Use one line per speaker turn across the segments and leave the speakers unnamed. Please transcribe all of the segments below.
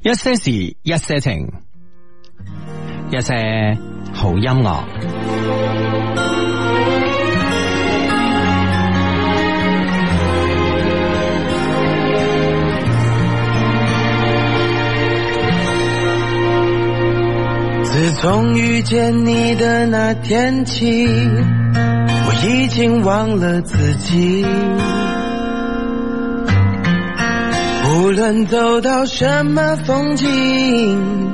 一些事，一些情，一些好音樂。
自从遇见你的那天起，我已经忘了自己。无论走到什么风景，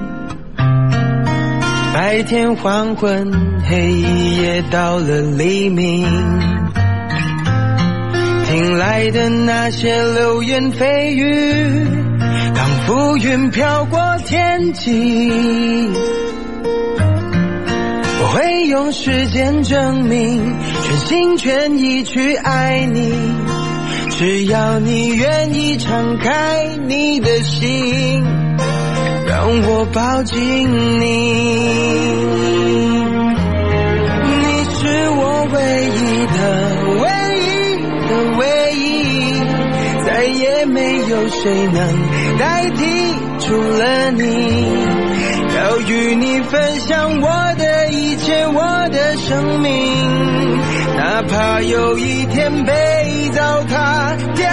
白天、黄昏、黑夜，到了黎明，听来的那些流言蜚语，当浮云飘过天际。我会用时间证明，全心全意去爱你。只要你愿意敞开你的心，让我抱紧你。你是我唯一的、唯一的、唯一，再也没有谁能代替除了你。要与你分享我的一切，我的生命，哪怕有一天被糟蹋丢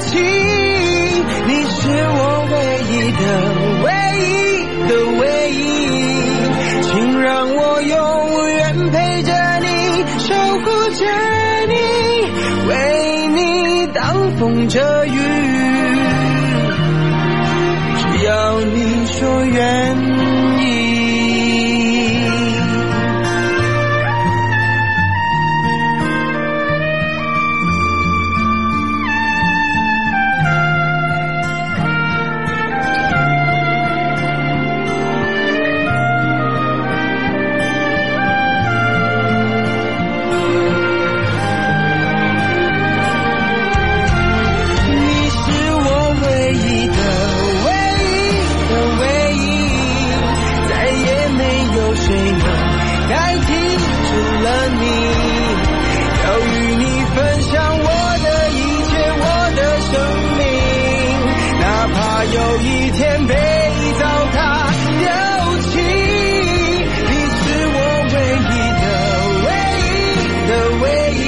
弃，你是我唯一的、唯一的、唯一，请让我永远陪着你，守护着你，为你挡风遮雨。只要你说愿意，你是我唯一的、唯一的、唯一，再也没有谁能代替除了你。要与你分享我的一切，我的生命，哪怕有一天被糟蹋丢弃。你是我唯一的、唯一的、唯一。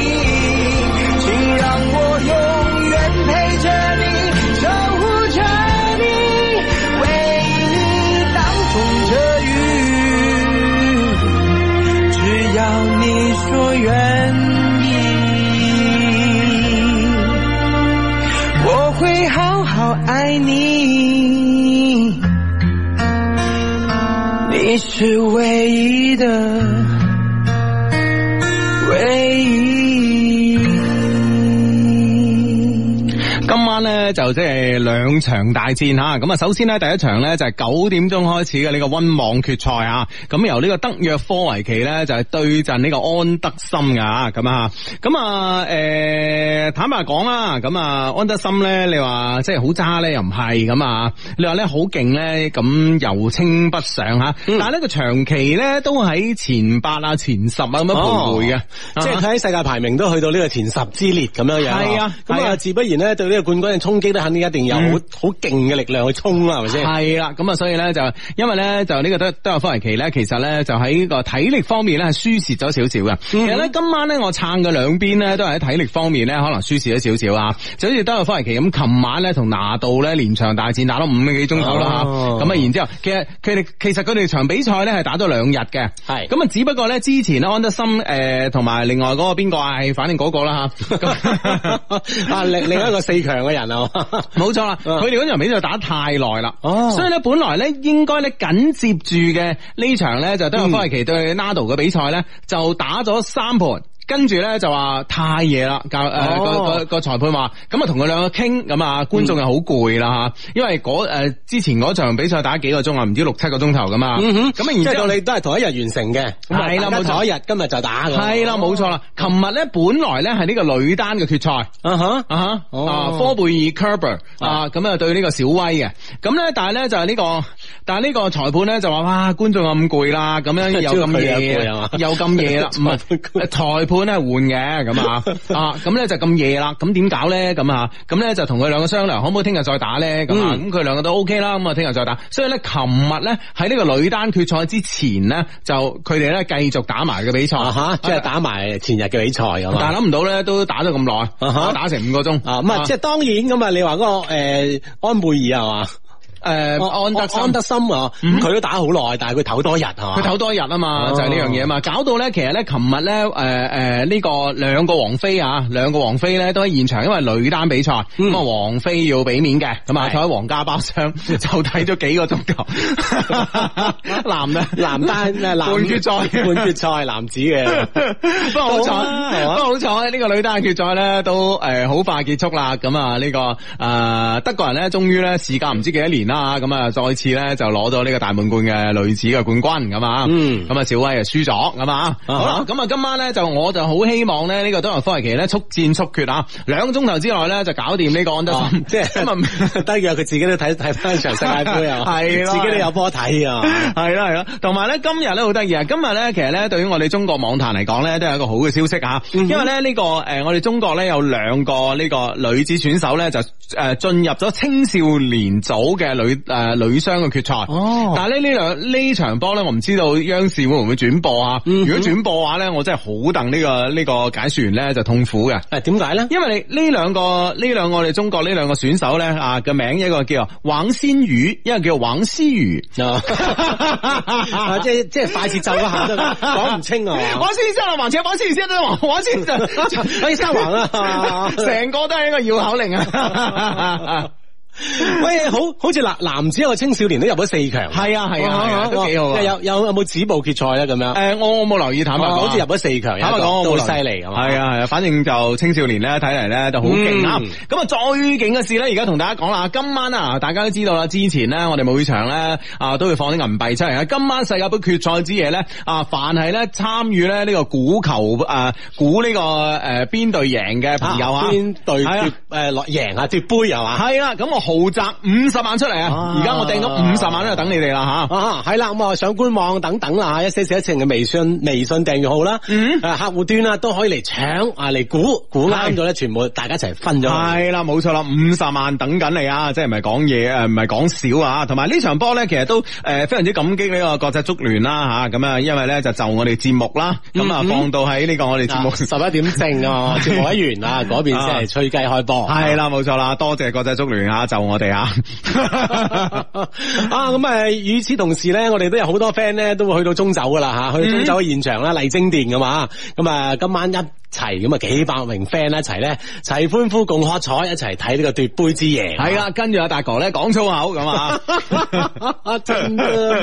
请让我永远陪着你，守护着你，为你挡风遮雨。只要你说愿意，我会好好爱你。你是唯一的，唯一。
今晚咧就即係兩場大戰吓，咁啊首先咧第一場咧就係九點鐘開始嘅呢個溫網決賽啊，咁由呢個德約科維奇咧就係對陣呢個安德森噶，咁啊，咁啊誒坦白講啦，咁啊安德森咧你話即係好渣咧又唔係咁啊，你話咧好勁咧咁又稱不上吓，但係呢個長期咧都喺前八啊前十啊咁樣徘徊嘅，
即係
啊
睇世界排名都去到呢個前十之列咁樣樣。
係啊
咁
係啊
啊，自不然咧對呢個冠軍嘅衝擊咧，肯定一定有好
嗯
好勁嘅力量去衝啦，係咪先？
系啦，咁啊，所以咧就因為咧就呢個德德約科維奇咧，其實咧就喺個體力方面咧係輸蝕咗少少嘅。其
嗯
實咧今晚咧我撐嘅兩邊咧都係喺體力方面咧可能輸蝕咗少少啊，就好似德約科維奇咁，琴晚咧同拿度咧連場大戰打咗五個幾鐘頭啦吓，
哦
咁啊然之後其實佢哋其實佢哋場比賽咧係打咗兩日嘅，
係
咁啊只不過咧之前咧安德森誒同埋另外嗰個邊個係啊反正嗰個啦吓。咁
啊，另另一個四強嘅人 啊，
冇錯啦，
嗯
佢哋嗰場比賽打得太耐啦，
哦
所以咧本來咧應該咧緊接住嘅呢場咧就德約科維奇對 Nado 嘅比賽咧就打咗三盤。跟住咧就話太夜啦，教誒個
哦
個個裁判話，咁啊同佢兩個傾，咁啊觀眾又好攰
嗯
啦嚇，因為嗰、誒之前嗰場比賽打幾個鐘啊，唔知六七個鐘頭噶嘛，
嗯哼
咁啊然
即係
之後
到你都係同一日完成嘅，咁啊
係啦
大家
冇錯
同一日今日就打㗎。
係啦冇錯啦，
哦
琴日咧本來咧係呢個女單嘅決賽。
啊哈，
啊哈，
哦
啊科貝爾 Kerber 啊，咁啊對呢個小威嘅，咁咧但係咧就係呢個但系呢個裁判咧就話哇，觀眾啊咁攰啦，咁 樣又咁夜
主要佢又攰啊係嘛
啦，又咁夜啦，唔 係裁判咧換嘅咁啊啊，咁咧就咁夜啦，咁點搞咧咁啊？咁咧就同佢兩個商量，可唔可以聽日再打咧？咁啊，
嗯
咁佢兩個都 OK 啦，咁啊聽日再打。所以咧，琴日咧喺呢個女單決賽之前咧，就佢哋咧繼續打埋嘅比賽
啊吓，即係打埋前日嘅比賽咁
但
啊。
系諗唔到咧，都打咗咁耐，
啊哈
打成五個鐘
啊，咁啊，即係當然咁啊！你話嗰個誒安貝爾係嘛？
诶呃安德森嗯
安德森啊，咁佢都打好耐，但係佢唞多日係嘛？
佢唞多一日啊嘛，
哦
就係呢樣嘢啊嘛，搞到咧，其實咧，琴日咧，诶诶呢個兩個王妃啊，兩個王妃咧都喺現場，因為女單比賽，咁啊王妃要俾面嘅，咁啊
嗯係
坐喺皇家包廂 就睇咗幾個鐘頭， 男咧
男單誒男
半決賽
半決賽男子嘅。
不過好
好啊係
彩，
嘛
不過好彩呢個女單決賽咧都诶好快結束啦。咁啊呢個诶德國人咧，終於咧事隔唔知幾多年啦，咁啊再次咧就攞咗呢個大滿貫嘅女子嘅冠軍咁啊。
嗯
咁啊小威啊輸咗咁啊。
啊哈
好啦，咁啊今晚咧就我就好希望咧呢個德雲科維奇咧速戰速決啊，兩個鐘頭之內咧就搞掂呢個安德
哦
森，啊
即係 低約佢自己都睇睇翻場世界盃 啊，
係咯
自己都有波睇 啊。
系啦系啦，同埋咧今日咧好得意啊！今日咧其實咧對於我哋中國網壇嚟講咧都有一個好嘅消息啊，
嗯
因為咧呢、個个呃我哋中國咧有兩個呢個女子選手咧就诶进入咗青少年組嘅女诶、呃女雙嘅決賽。
哦
但系呢呢兩呢場波咧，我唔知道央視會唔會轉播啊？
嗯哼
如果轉播嘅話咧，我真係好戥呢個呢、個解說員咧就痛苦嘅。
誒點解 咧？
因為你呢兩個呢兩個我哋中國呢兩個選手咧啊嘅名，一個叫王仙瑜，一個叫王思瑜。
哦啊，即係即係快節奏一下都講唔清啊。
王先生啊，王姐，王先生啊，王王先生，
可以生還哎啦。
成個都係一個绕口令 啊！
喂，好好似男男子一個青少年都入咗四強，哦
係啊係啊係啊都幾好啊
即係有有有冇止步決賽啊咧？咁樣，
诶，我我冇留意，坦白講，
哦好似入咗四強，
坦白講，
都
我
好
冇留意
犀利係嘛？
係啊係啊，反正就青少年咧，睇嚟咧就好勁啊
嗯！
咁啊，再勁嘅事咧，而家同大家講啦，今晚啊，大家都知道啦，之前咧我哋每場咧啊都會放啲銀幣出嚟啊。今晚世界盃決賽之夜咧啊，凡係咧參與咧呢個估球啊估呢個诶邊隊贏嘅朋友啊，
邊隊
係啊
奪誒落贏啊奪杯係嘛？
系啦，咁我豪宅五十萬出嚟啊！
啊
而家我掟咗五十萬喺度等你哋啦吓。
啊，系啦，咁啊上官網等等啦，一些事一情嘅微信微信訂閱號啦，
嗯
啊客戶端啦都可以嚟搶啊嚟估，估啱咗咧，全部大家一齊分咗啊佢。
係啦，冇錯啦，五十萬等緊你啊！即係唔係講嘢诶，誒唔係講少啊！同埋呢場波咧，其實都诶非常之感激呢個國際足聯啦吓，咁啊，因為咧就就我哋節目啦，咁啊
嗯嗯
放到喺呢個我哋節目
十一點 正啊，節目一完啊，嗰邊先
啊
係吹雞開 波。
係啦，冇錯啦，多謝國際足聯啊，就我哋啊！
啊，咁啊，與此同時咧，我哋都有好多 friend 咧，都會去到中酒噶啦吓，
嗯
去到中酒嘅現場啦，麗晶殿噶嘛，咁啊，今晚一齊咁啊，幾百名 friend 一齊咧，齊歡呼共喝彩，一齊睇呢個奪杯之夜。
係啦，跟住阿大哥咧講粗口咁啊，
啊， 真㗎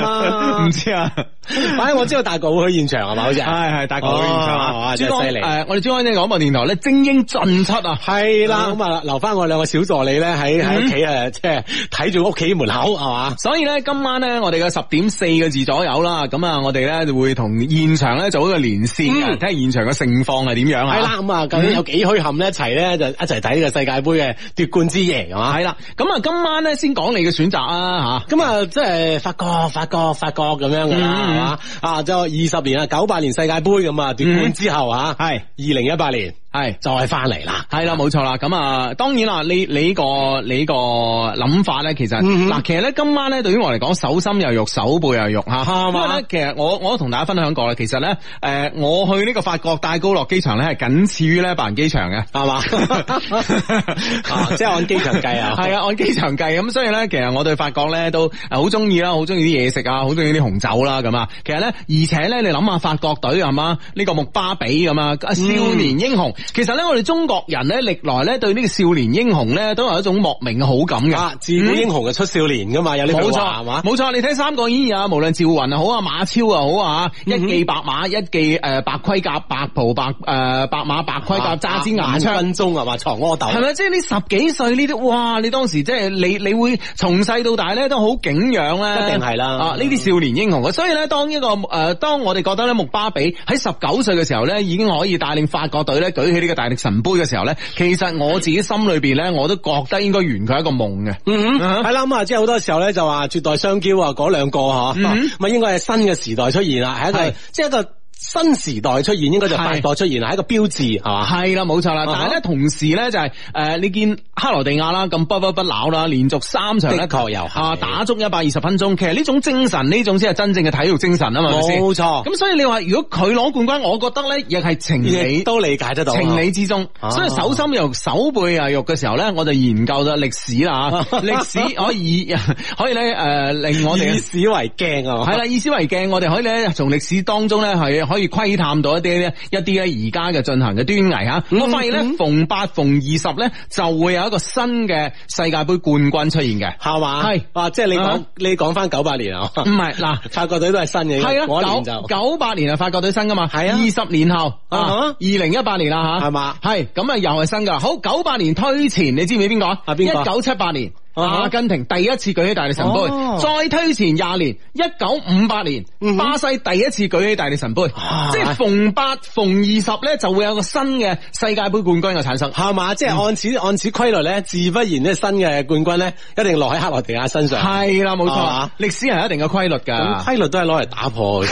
嘛
唔知啊。
反正我知道大哥會去現場係咪？好似係
系系，大家好現場
哦
啊！
哇真係犀利
誒我哋啊珠江經廣播電台咧，精英盡出啊！
係啦，咁啊留翻我兩個小助理咧
嗯
喺喺屋企啊，即係睇住屋企門口係嘛。
所以咧，今晚咧，我哋嘅十點四個字左右啦，咁啊，我哋咧就會同現場咧做一個連線嘅，
嗯
睇下現場嘅盛況係點樣啊！
係啦，咁啊究竟有幾虛冚咧？一齊咧就一齊睇呢個世界盃嘅奪冠之夜係嘛。
係啦，咁啊，今晚咧先講你嘅選擇啊
咁啊，即係法國、法國、法國咁樣噶
嗯
啦，係嘛、啊，就二十年啊，九八年世界盃咁啊，奪冠之後啊，
嗯係
二零一八年
吓，係。
再翻嚟啦。
係啦，冇錯啦。咁啊，當然啦，你你個你個諗法咧，其實
嗯
嗱，其實咧今晚咧對於我嚟講，手心又肉，手背又肉吓。
啱啊
因為咧，其實我我都同大家分享過啦，其實咧，诶，我去呢個法國戴高樂機場咧，係僅次於咧白雲機 場嘅。
係嘛？ 啊，即係按機場計啊，
系啊，按機場計咁，所以咧，其實我對法國咧都呃好中意啦，好中意啲嘢食啊，好中意啲紅酒啦咁啊。其實咧，而且咧，你諗下法國隊係嘛，呢、個穆巴比咁啊，啊少年英雄。其實咧，我哋中國人咧，歷來咧對呢個少年英雄咧，都有一種莫名嘅好感嘅。
啊，自古英雄嘅出少年噶嘛，有呢
嗯冇
句
錯，
話係嘛？
冇錯，你睇《三國演義》啊，無論趙雲啊好啊，馬超啊好啊，一記白馬，一記诶白盔甲，白袍白诶白馬白盔甲，揸支牙槍。
啊分鐘啊嘛，藏柯豆。
系咪？即系呢十幾歲呢啲，哇！你當時即係你，你會從細到大咧都好景仰咧，
一定係啦
啊，呢啲少年英雄嘅，所以咧，當一個诶、呃，当我哋覺得咧，穆巴比喺十九歲嘅時候咧，已經可以帶領法國隊咧舉舉起呢個大力神杯嘅時候咧，其實我自己心裏邊咧，我都覺得應該圓佢一個夢嘅。
嗯哼，系啦，咁啊，即系好多時候咧就話絕代雙驕啊，嗰兩個嗬，
嗯
咪、應該係新嘅時代出現啦，係一
係
個即係一個新時代出現，應該就法
係
國出現啦，係一個標誌係嘛，
系啦，冇錯啦。
啊哈
但係咧，同時咧就係呃你見克羅地亞啦，咁不不不朽啦，連續三場咧
的確又係
啊打足一百二十分鐘。其實呢種精神，呢種先係真正嘅體育精神啊嘛，係咪先
冇錯，
咁所以你話如果佢攞冠軍，我覺得咧亦係情
亦
理。
都理解得到，
情理之中，
啊
所以手心又手背啊肉嘅時候咧，我就研究咗歷史 啦吓，歷史可以 可以咧诶令我哋
以史為鏡啊，
系啦，以史為鏡，我哋可以咧從歷史當中咧係可以窺探到一啲咧一啲咧而家嘅進行嘅端倪吓。
嗯
我發現咧逢八逢二十咧就會有一個新嘅世界盃冠軍出現嘅，
係嘛，
係
哇，即係你
啊
講
哈
你講翻九八年啊，
唔係嗱。
法國隊都係新嘅，
係
嗰
啊，
年
九
就
九八年係法國隊新噶嘛，
係啊
二十年後
啊哈
啊，二零一八年啦吓，
係嘛
係咁啊，又係新噶啦。好，九八年推前，你知唔知邊個啊？
啊邊個啊
一九七八年，
啊哈
阿根廷第一次舉起大力神杯
哦，
再推前廿年，一九五八年，
嗯哼
巴西第一次舉起大力神杯
啊，
即係逢八逢二十咧，就會有個新嘅世界盃冠軍嘅產生。
係嘛，即
嗯
係按此按此規律咧，自不然呢新嘅冠軍咧，一定落喺克羅地亞身上，
係啦，冇錯
啊
啦，歷史係有一定嘅規律
咁
㗎。
規律都係攞嚟打破 嘅。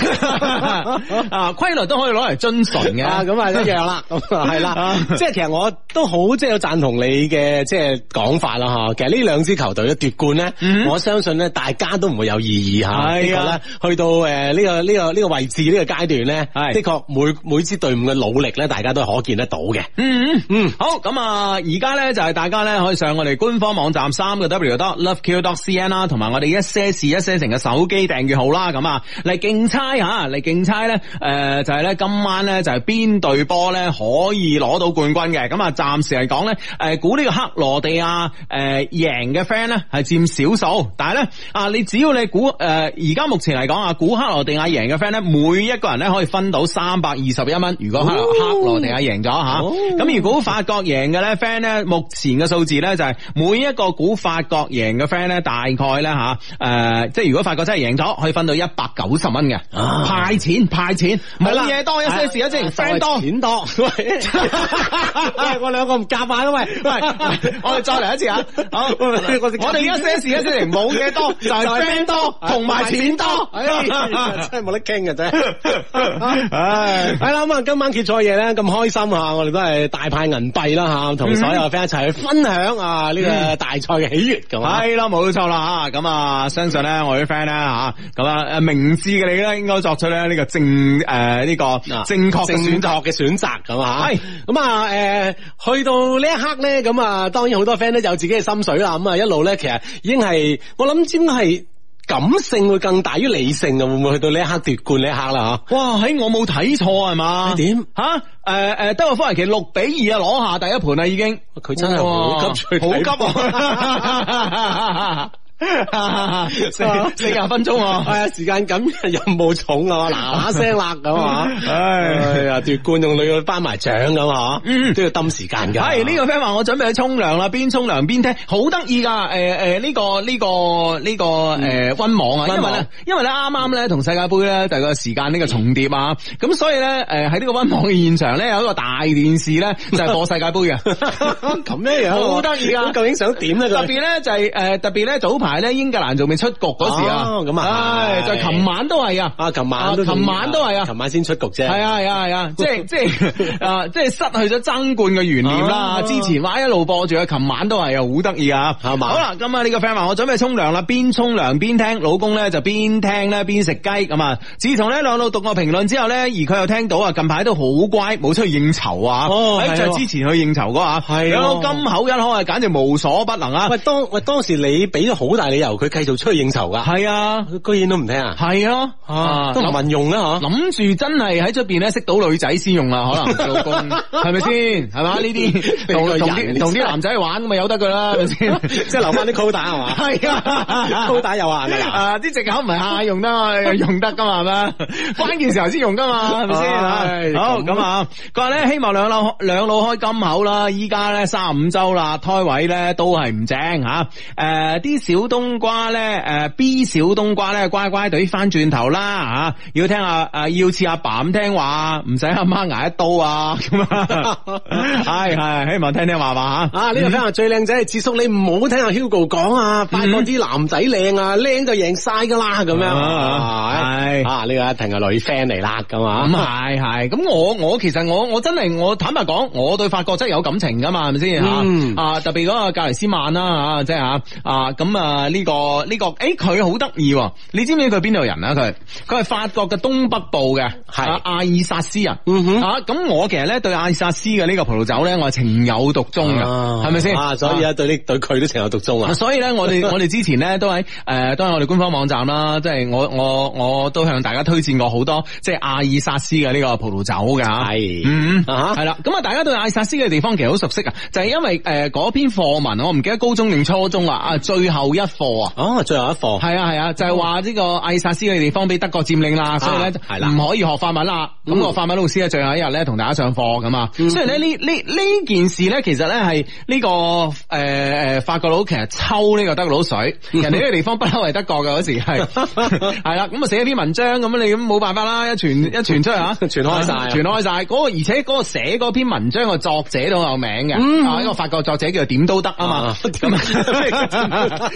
啊，規律都可以攞嚟遵循嘅。
啊，咁啊一樣啦，咁啊係啦
啊，
即係其實我都好即係有贊同你嘅即係講法啦吓。其實呢兩支球隊嘅奪冠咧，
嗯
我相信咧大家都唔會有異議吓。
係啊
的確咧，去到誒呢個呢個呢個位置呢個階段咧，
係
的確每每支隊伍嘅努力咧，大家都係可見得到嘅。
嗯嗯，好咁啊！而家咧就係大家咧可以上我哋官方網站三個 W dot loveq E dot cn 啦，同埋我哋一些事一些情嘅手機訂閱號啦，咁啊嚟競猜吓，嚟競猜咧誒、呃就係、咧今晚咧就係邊隊波咧可以攞到冠軍嘅，咁啊暫時嚟講咧誒估呢個克羅地亞誒贏嘅 friend 咧係佔少數，但係咧啊你只要你估誒呃而家目前嚟講啊估克羅地亞贏嘅 friend 咧，每一個人咧可以分到三百二十一蚊，如果克羅克羅地亞贏咗啊吓。
哦
咁如果法國贏嘅咧，friend 咧，目前嘅數字咧就係每一個估法國贏嘅 friend 咧，大概咧吓，诶、即係如果法國真係贏咗，可以分到一百九十蚊嘅，
啊
派錢派錢，冇嘢多一些事一
啊
些 friend
就係
多。
錢多。 喂，喂我兩個唔夾埋啊喂，
喂，我哋再嚟一次啊！好，
我
我哋一些事一些情，冇嘢多， 就係 friend 多，啊同埋錢多。哎
哎呀真係冇得傾嘅啫。
唉
系啦，咁啊，今晚決賽夜咧咁開心啊！我哋都係大派銀幣啦吓，同所有 friend 一齊去分享啊呢個大賽嘅喜悦咁啊！
系啦，冇錯啦吓，咁啊，相信咧我啲 friend 咧吓，咁啊，诶，明智嘅你咧，應該作出咧呢個正诶呢個啊正確嘅選
正
擇。
確嘅選擇咁啊，
係
咁啊，诶，去到呢一刻咧，咁啊，當然好多 friend 咧有自己嘅心水啦，咁啊，一路咧其實已經係我諗應該係感性會更大於理性啊，會唔會去到呢一刻奪冠呢一刻啦
哇！喺我冇睇錯啊係 嘛？
你點
吓？誒誒，德國科維奇六比二啊，攞下第一盤啦已經。
佢真係好急
哇
住睇
好急 啊！四
啊
四廿分鐘
吓？
啊！
系啊，時間緊，任務重啊，嗱嗱聲啦咁啊！
唉
哎呀，奪冠仲女要頒埋獎咁啊，
嗯
都要抌時間㗎。
係呢、個 friend 話我準備去沖涼啦，邊沖涼邊聽，好得意㗎！誒誒呢個呢、個呢、個誒温嗯網啊，
溫
因為
網
咧因為咧啱啱咧同世界盃咧就係個時間呢個重疊啊，咁所以咧誒喺呢個温網嘅現場咧有一個大電視 咧 就係播世界盃嘅。
咁樣樣啊
好得意㗎
咁究竟想點咧？
特
佢
別咧就係、呃特別咧早排咧英格蘭仲未出局嗰時啊，
哦咁啊
唉
係
就係琴晚都係啊，
啊，琴晚都
啊琴晚都係啊
琴晚先出局啫。
係啊係啊係 啊，即係即係啊即係失去咗爭冠嘅懸念啦。
啊
之前話一路播住啊，琴晚都係啊，好得意啊，
係嘛
好啦，咁啊呢個 friend 話我準備沖涼啦，邊沖涼邊聽，老公咧就邊聽咧邊食雞咁啊。自從咧兩老讀我評論之後咧，而佢又聽到啊，近排都好乖，冇出去應酬啊。
哦
喺
係
就
喎
之前去應酬嗰下，
係喎
兩老金口一開啊，簡直無所不能啊。
啊喂，當喂當時你俾咗好大理由，佢繼續出去應酬㗎，
係啊。
佢居然都唔聽啊，
系咯，啊
都唔運用啦
諗住真係喺出边咧識到女仔先用啦，可能做工係咪先？係嘛呢啲
你
同
個
同
人
啲同啲男仔玩咁咪由得佢啦，係咪
嚇，
先？
即係留翻啲 quota 係嘛？
係 啊，
高打有限啊嗱
啊！啲藉口唔係下用得嘛，用得噶嘛，係 咪？關鍵時候先用噶嘛，係咪
唉
先？好
咁
咁啊！佢話咧，希望兩老兩老開金口啦，依家咧三十五周啦，胎位咧都係唔正吓。誒啲小小冬瓜咧，诶、B 小冬瓜咧，乖乖地翻轉頭啦吓、啊要聽阿、啊、要似阿爸咁聽話，唔使阿媽挨一刀啊咁 啊，係係希望聽聽話話吓。
啊！呢、個 friend 話最靚仔係智叔，你唔好聽阿 Hugo 講啊，發覺啲男仔靚啊，靚就贏晒噶啦，咁樣
啊係
啊，呢個一定係女 friend 嚟啦，咁
咁
啊，
係係，咁我我其實我我真係我坦白講，我對法國真係有感情噶嘛，係咪先吓？
嗯
啊，特別嗰個格雷斯曼啦吓，即係吓啊咁啊呢個呢個，誒佢好得意喎，你知唔知佢邊度人啊？佢佢係法國嘅東北部嘅，
係
啊阿爾薩斯人。
嗯哼
啊，咁我其實咧對阿爾薩斯嘅呢個葡萄酒咧，我係情有獨鍾嘅，係嗯咪先？
啊，所以啊，對呢對佢都情有獨鍾啊。
所以咧，我 哋我哋之前咧都喺誒、呃都喺我哋官方網站啦，即係我我我都向大家推薦過好多即係阿爾薩斯嘅呢個葡萄酒㗎嚇。
係
嗯，
啊哈
係啦。咁啊，大家對阿爾薩斯嘅地方其實好熟悉啊，就係、因為誒嗰、篇課文，我唔記得高中定初中啦，啊最後一課啊。
哦，最後一 課
係啊係啊，就係話呢個阿爾薩斯嘅地方俾德國佔領啦，所以咧
係啊啦
唔可以學法文啦。咁
嗯
個法文老師咧最後一日咧同大家上課咁啊。雖然咧呢呢呢件事咧，其實咧係呢個誒誒法國佬其實抽呢個德國佬水，
嗯
人哋呢個地方不嬲係德國嘅嗰 時係係啦。咁啊寫一篇文章咁你咁冇辦法啦，一傳一傳出去 嚇，
傳開晒啊
傳開晒。嗰個而且嗰個寫嗰篇文章嘅作者都有名嘅，啊一個法國作者叫做點都得啊 嘛。
嗯啊
咁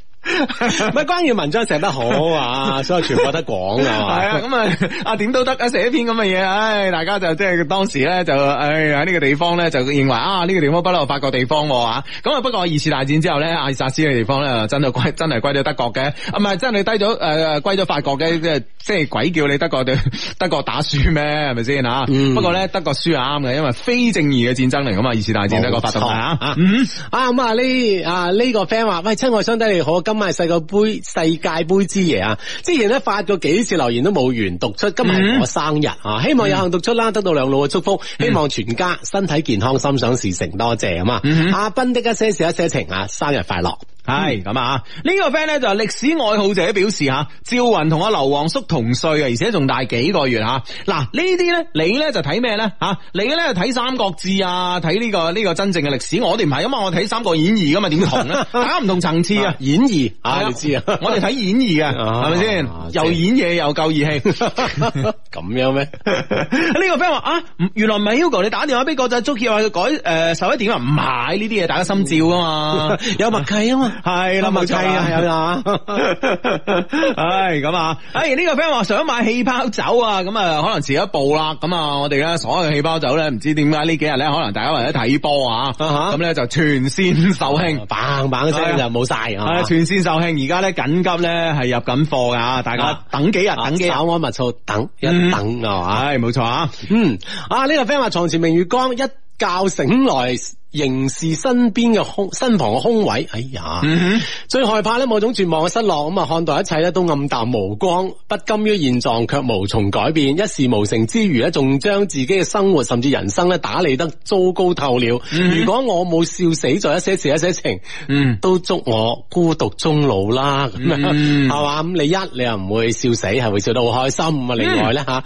唔係關鍵文章寫得好啊，所以傳播得 廣
系
啊。
啊，咁啊，啊點都得啊，寫一篇咁嘅嘢，唉，大家就即係當時咧就，唉喺呢個地方咧就認為啊呢個地方不嬲係法國地方喎啊，咁啊不過二次大戰之後咧，阿爾薩斯嘅地方啊 咧真係歸真係歸咗德國嘅，啊唔係真係低咗誒歸咗法國嘅，即係即係鬼叫你德國對 德國打輸咩係咪先啊？
嗯
不過咧德國輸係啱嘅，因為非正義嘅戰爭嚟噶嘛，二次大戰德國發動
冇錯
啊，
啊
嗯
啊咁啊呢啊呢個 friend 話喂親愛相低你好，今晚係世界杯世界杯之夜啊！之前咧發過幾次留言都冇緣讀出，今日係我生日啊！希望有幸讀出啦，得到兩老嘅祝福，希望全家身體健康，心想事成，多謝咁啊！阿斌的一些事一些情啊，生日快樂！
系咁啊！呢、個个 friend 咧就係歷史愛好者表示吓，趙云同阿劉皇叔同歲啊，而且仲大幾個月吓。嗱、呢啲咧，你咧就睇咩咧吓？你咧睇《三國志》啊，睇呢、個呢、個真正嘅歷史。我哋唔係啊嘛，我睇《三國演義》噶嘛，點同 咧？大家唔同層次啊！
演義
係
啊，你知啊，
我哋睇演義嘅，
啊
係咪先
啊？
又演嘢又夠義 氣。
咁樣咩？
呢個 friend 話啊，唔原來唔係 Hugo，你打電話俾國際足協話佢改誒十一點啊，唔係呢啲嘢，大家心照啊 嘛。
有默契啊嘛，
係啦，
有默契啊，有啦。
唉，咁啊，唉，呢、個 friend 話想買氣泡酒啊，咁啊，可能遲一步啦。咁啊，我哋咧所有嘅氣泡酒咧，唔知點解呢幾日咧，可能大家為咗睇波啊，
哈
咁咧就全線售罄。
棒棒聲就冇晒
係啊，
啊！
全線售罄，而家咧緊急咧係入緊貨噶，大家
啊
等幾日，
啊
等幾日。
稍安勿躁，等一
嗯
等啊嘛。
唉，冇錯啊。
嗯，啊呢、個 friend 話床前明月光，一覺醒來仍是身邊嘅空身旁嘅空位。哎呀，
嗯
最害怕咧某種絕望嘅失落，咁啊看待一切咧都暗淡無光，不甘於現狀卻無從改變，一事無成之餘咧，仲將自己嘅生活甚至人生咧打理得糟糕透了。如果我冇笑死在一些事一些情，
嗯
都祝我孤獨終老啦，咁樣
嗯
係嘛？咁你一你又唔會笑死，係會笑得好開心咁啊！另外咧吓，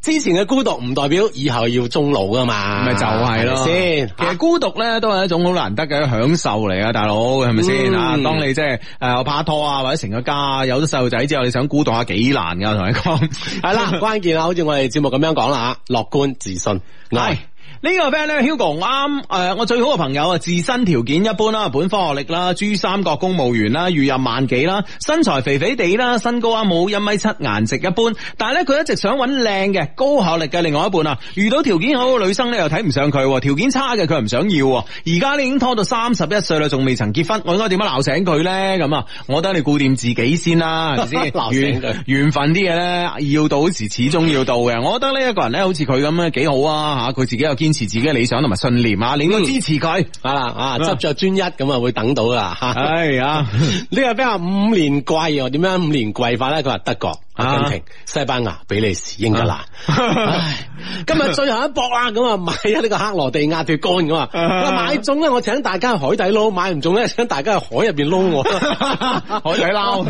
之前嘅孤獨唔代表以後要終老噶嘛，
咪就係咯，
咪先
其實孤獨咧都係一種好難得嘅享受嚟啊，大佬係咪先
嗯
啊？當你即係誒拍拖啊，或者成咗家，有咗細路仔之後，你想孤獨下幾難噶，我同你講
係 啦，關鍵啦，好似我哋節目咁樣講啦吓，樂觀自信，
係
係
呢個 friend 咧，Hugo 我啱誒，我最好嘅朋友啊，自身條件一般啦，本科學歷啦，珠三角公務員啦，月入萬幾啦，身材肥肥地啦，身高啊冇一米七，顏值一般，但係咧佢一直想揾靚嘅高學歷嘅另外一半啊，遇到條件好嘅女生咧又睇唔上佢喎，條件差嘅佢唔想要喎，而家咧已經拖到三十一歲啦，仲未曾結婚，我應該點樣鬧醒佢咧？咁啊，我覺得你顧掂自己先啦，係咪先？
鬧醒佢
緣分啲嘢咧，要到時始終要到嘅。我覺得呢一個人咧，好似佢咁樣幾好啊吓，佢自己有堅持自己嘅理想同埋信念啊，你應該支持佢。
啊啦啊，執着專一咁啊，會等到噶啦吓。
唉啊，
呢個 friend 話五年貴，點樣五年貴法咧？佢話德國阿根廷、西班牙、比利時、英格蘭。唉，今日最後一搏啦，咁啊買咗呢個克羅地亞奪杆咁啊，
啊
買中咧我請大家去海底撈，買唔中咧請大家去海入邊撈 我，
底撈
海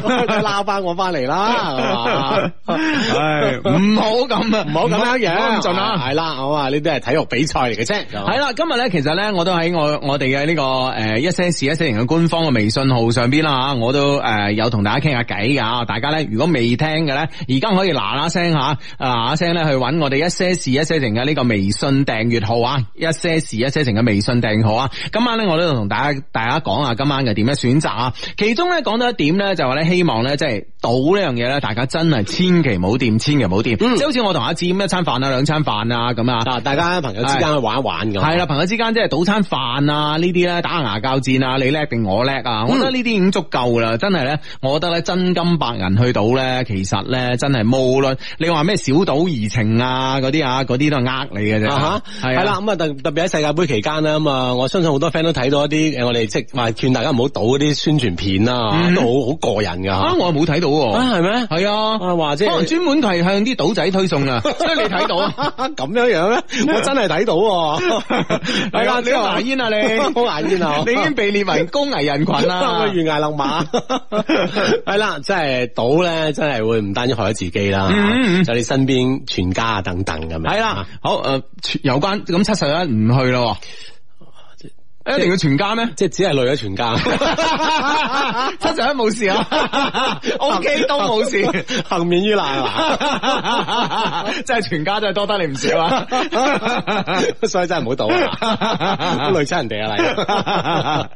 海底撈翻我翻嚟啦，係嘛？
唉，唔好咁啊，唔
哎唔好
唔
咁樣
好
樣，
咁盡啊！
係啦，好啊，呢啲係體育比賽嚟嘅啫，係嘛
系啦，今日咧，其實咧，我都喺我我哋嘅呢個诶、呃一些事一些情嘅官方嘅微信號上邊啦吓，我都诶、呃有同大家傾下偈噶。大家咧，如果未聽嘅咧，而家可以嗱嗱聲吓，啊嗱嗱聲咧去揾我哋一些事一些情嘅呢個微信訂閱號啊，一些事一些情嘅微信訂閱號啊。今晚咧，我都同大家大家講下今晚嘅點樣選擇啊。其中咧講到一點咧，就話咧希望咧即係賭呢樣嘢咧，大家真係千祈唔好掂，千祈唔好掂。即係好似我同阿志咁一餐飯啊，兩餐飯啊咁啊。
嗱，大家朋友之間去玩一玩咁，
系啦，朋友之間即係賭餐飯啊，呢啲咧打下牙交戰啊，你叻定我叻啊，
嗯
我覺得呢啲已經足夠啦，真係咧，我覺得咧真金白銀去賭咧，其實咧真係無論你話咩小賭怡情啊嗰啲啊，嗰啲都係呃你嘅啫，
啊哈，係啦，咁啊特特別喺世界盃期間啦，咁啊我相信好多 friend 都睇到一啲誒我哋即係話勸大家唔好賭嗰啲宣傳片啦
嗯，
都好好過癮㗎
啊，
嚇，
我冇睇到喎，
啊係咩？
係啊，
啊話即
可能
係
專門係向啲賭仔推送 啊，所以你睇到啊。
咁樣 樣咧，我真係睇到喎，
係啦，你
哦即係話
好牙煙啊你，
好牙煙啊。
你已經被列為高危人群啦
懸崖勒馬， 係啦，真係賭咧，真係會唔單止害咗自己啦
嗯嗯嗯，
就你身邊全家啊等等咁樣。？
系啦，好诶、呃有關咁七十一唔去咯喎，一定要全家咩
即係只係累咗全家。
七十一冇事 啊，OK 都冇事，
幸免於難啊！
真係全家真係多得你唔少啊！
所以真係唔好賭 啊，累親人哋啊！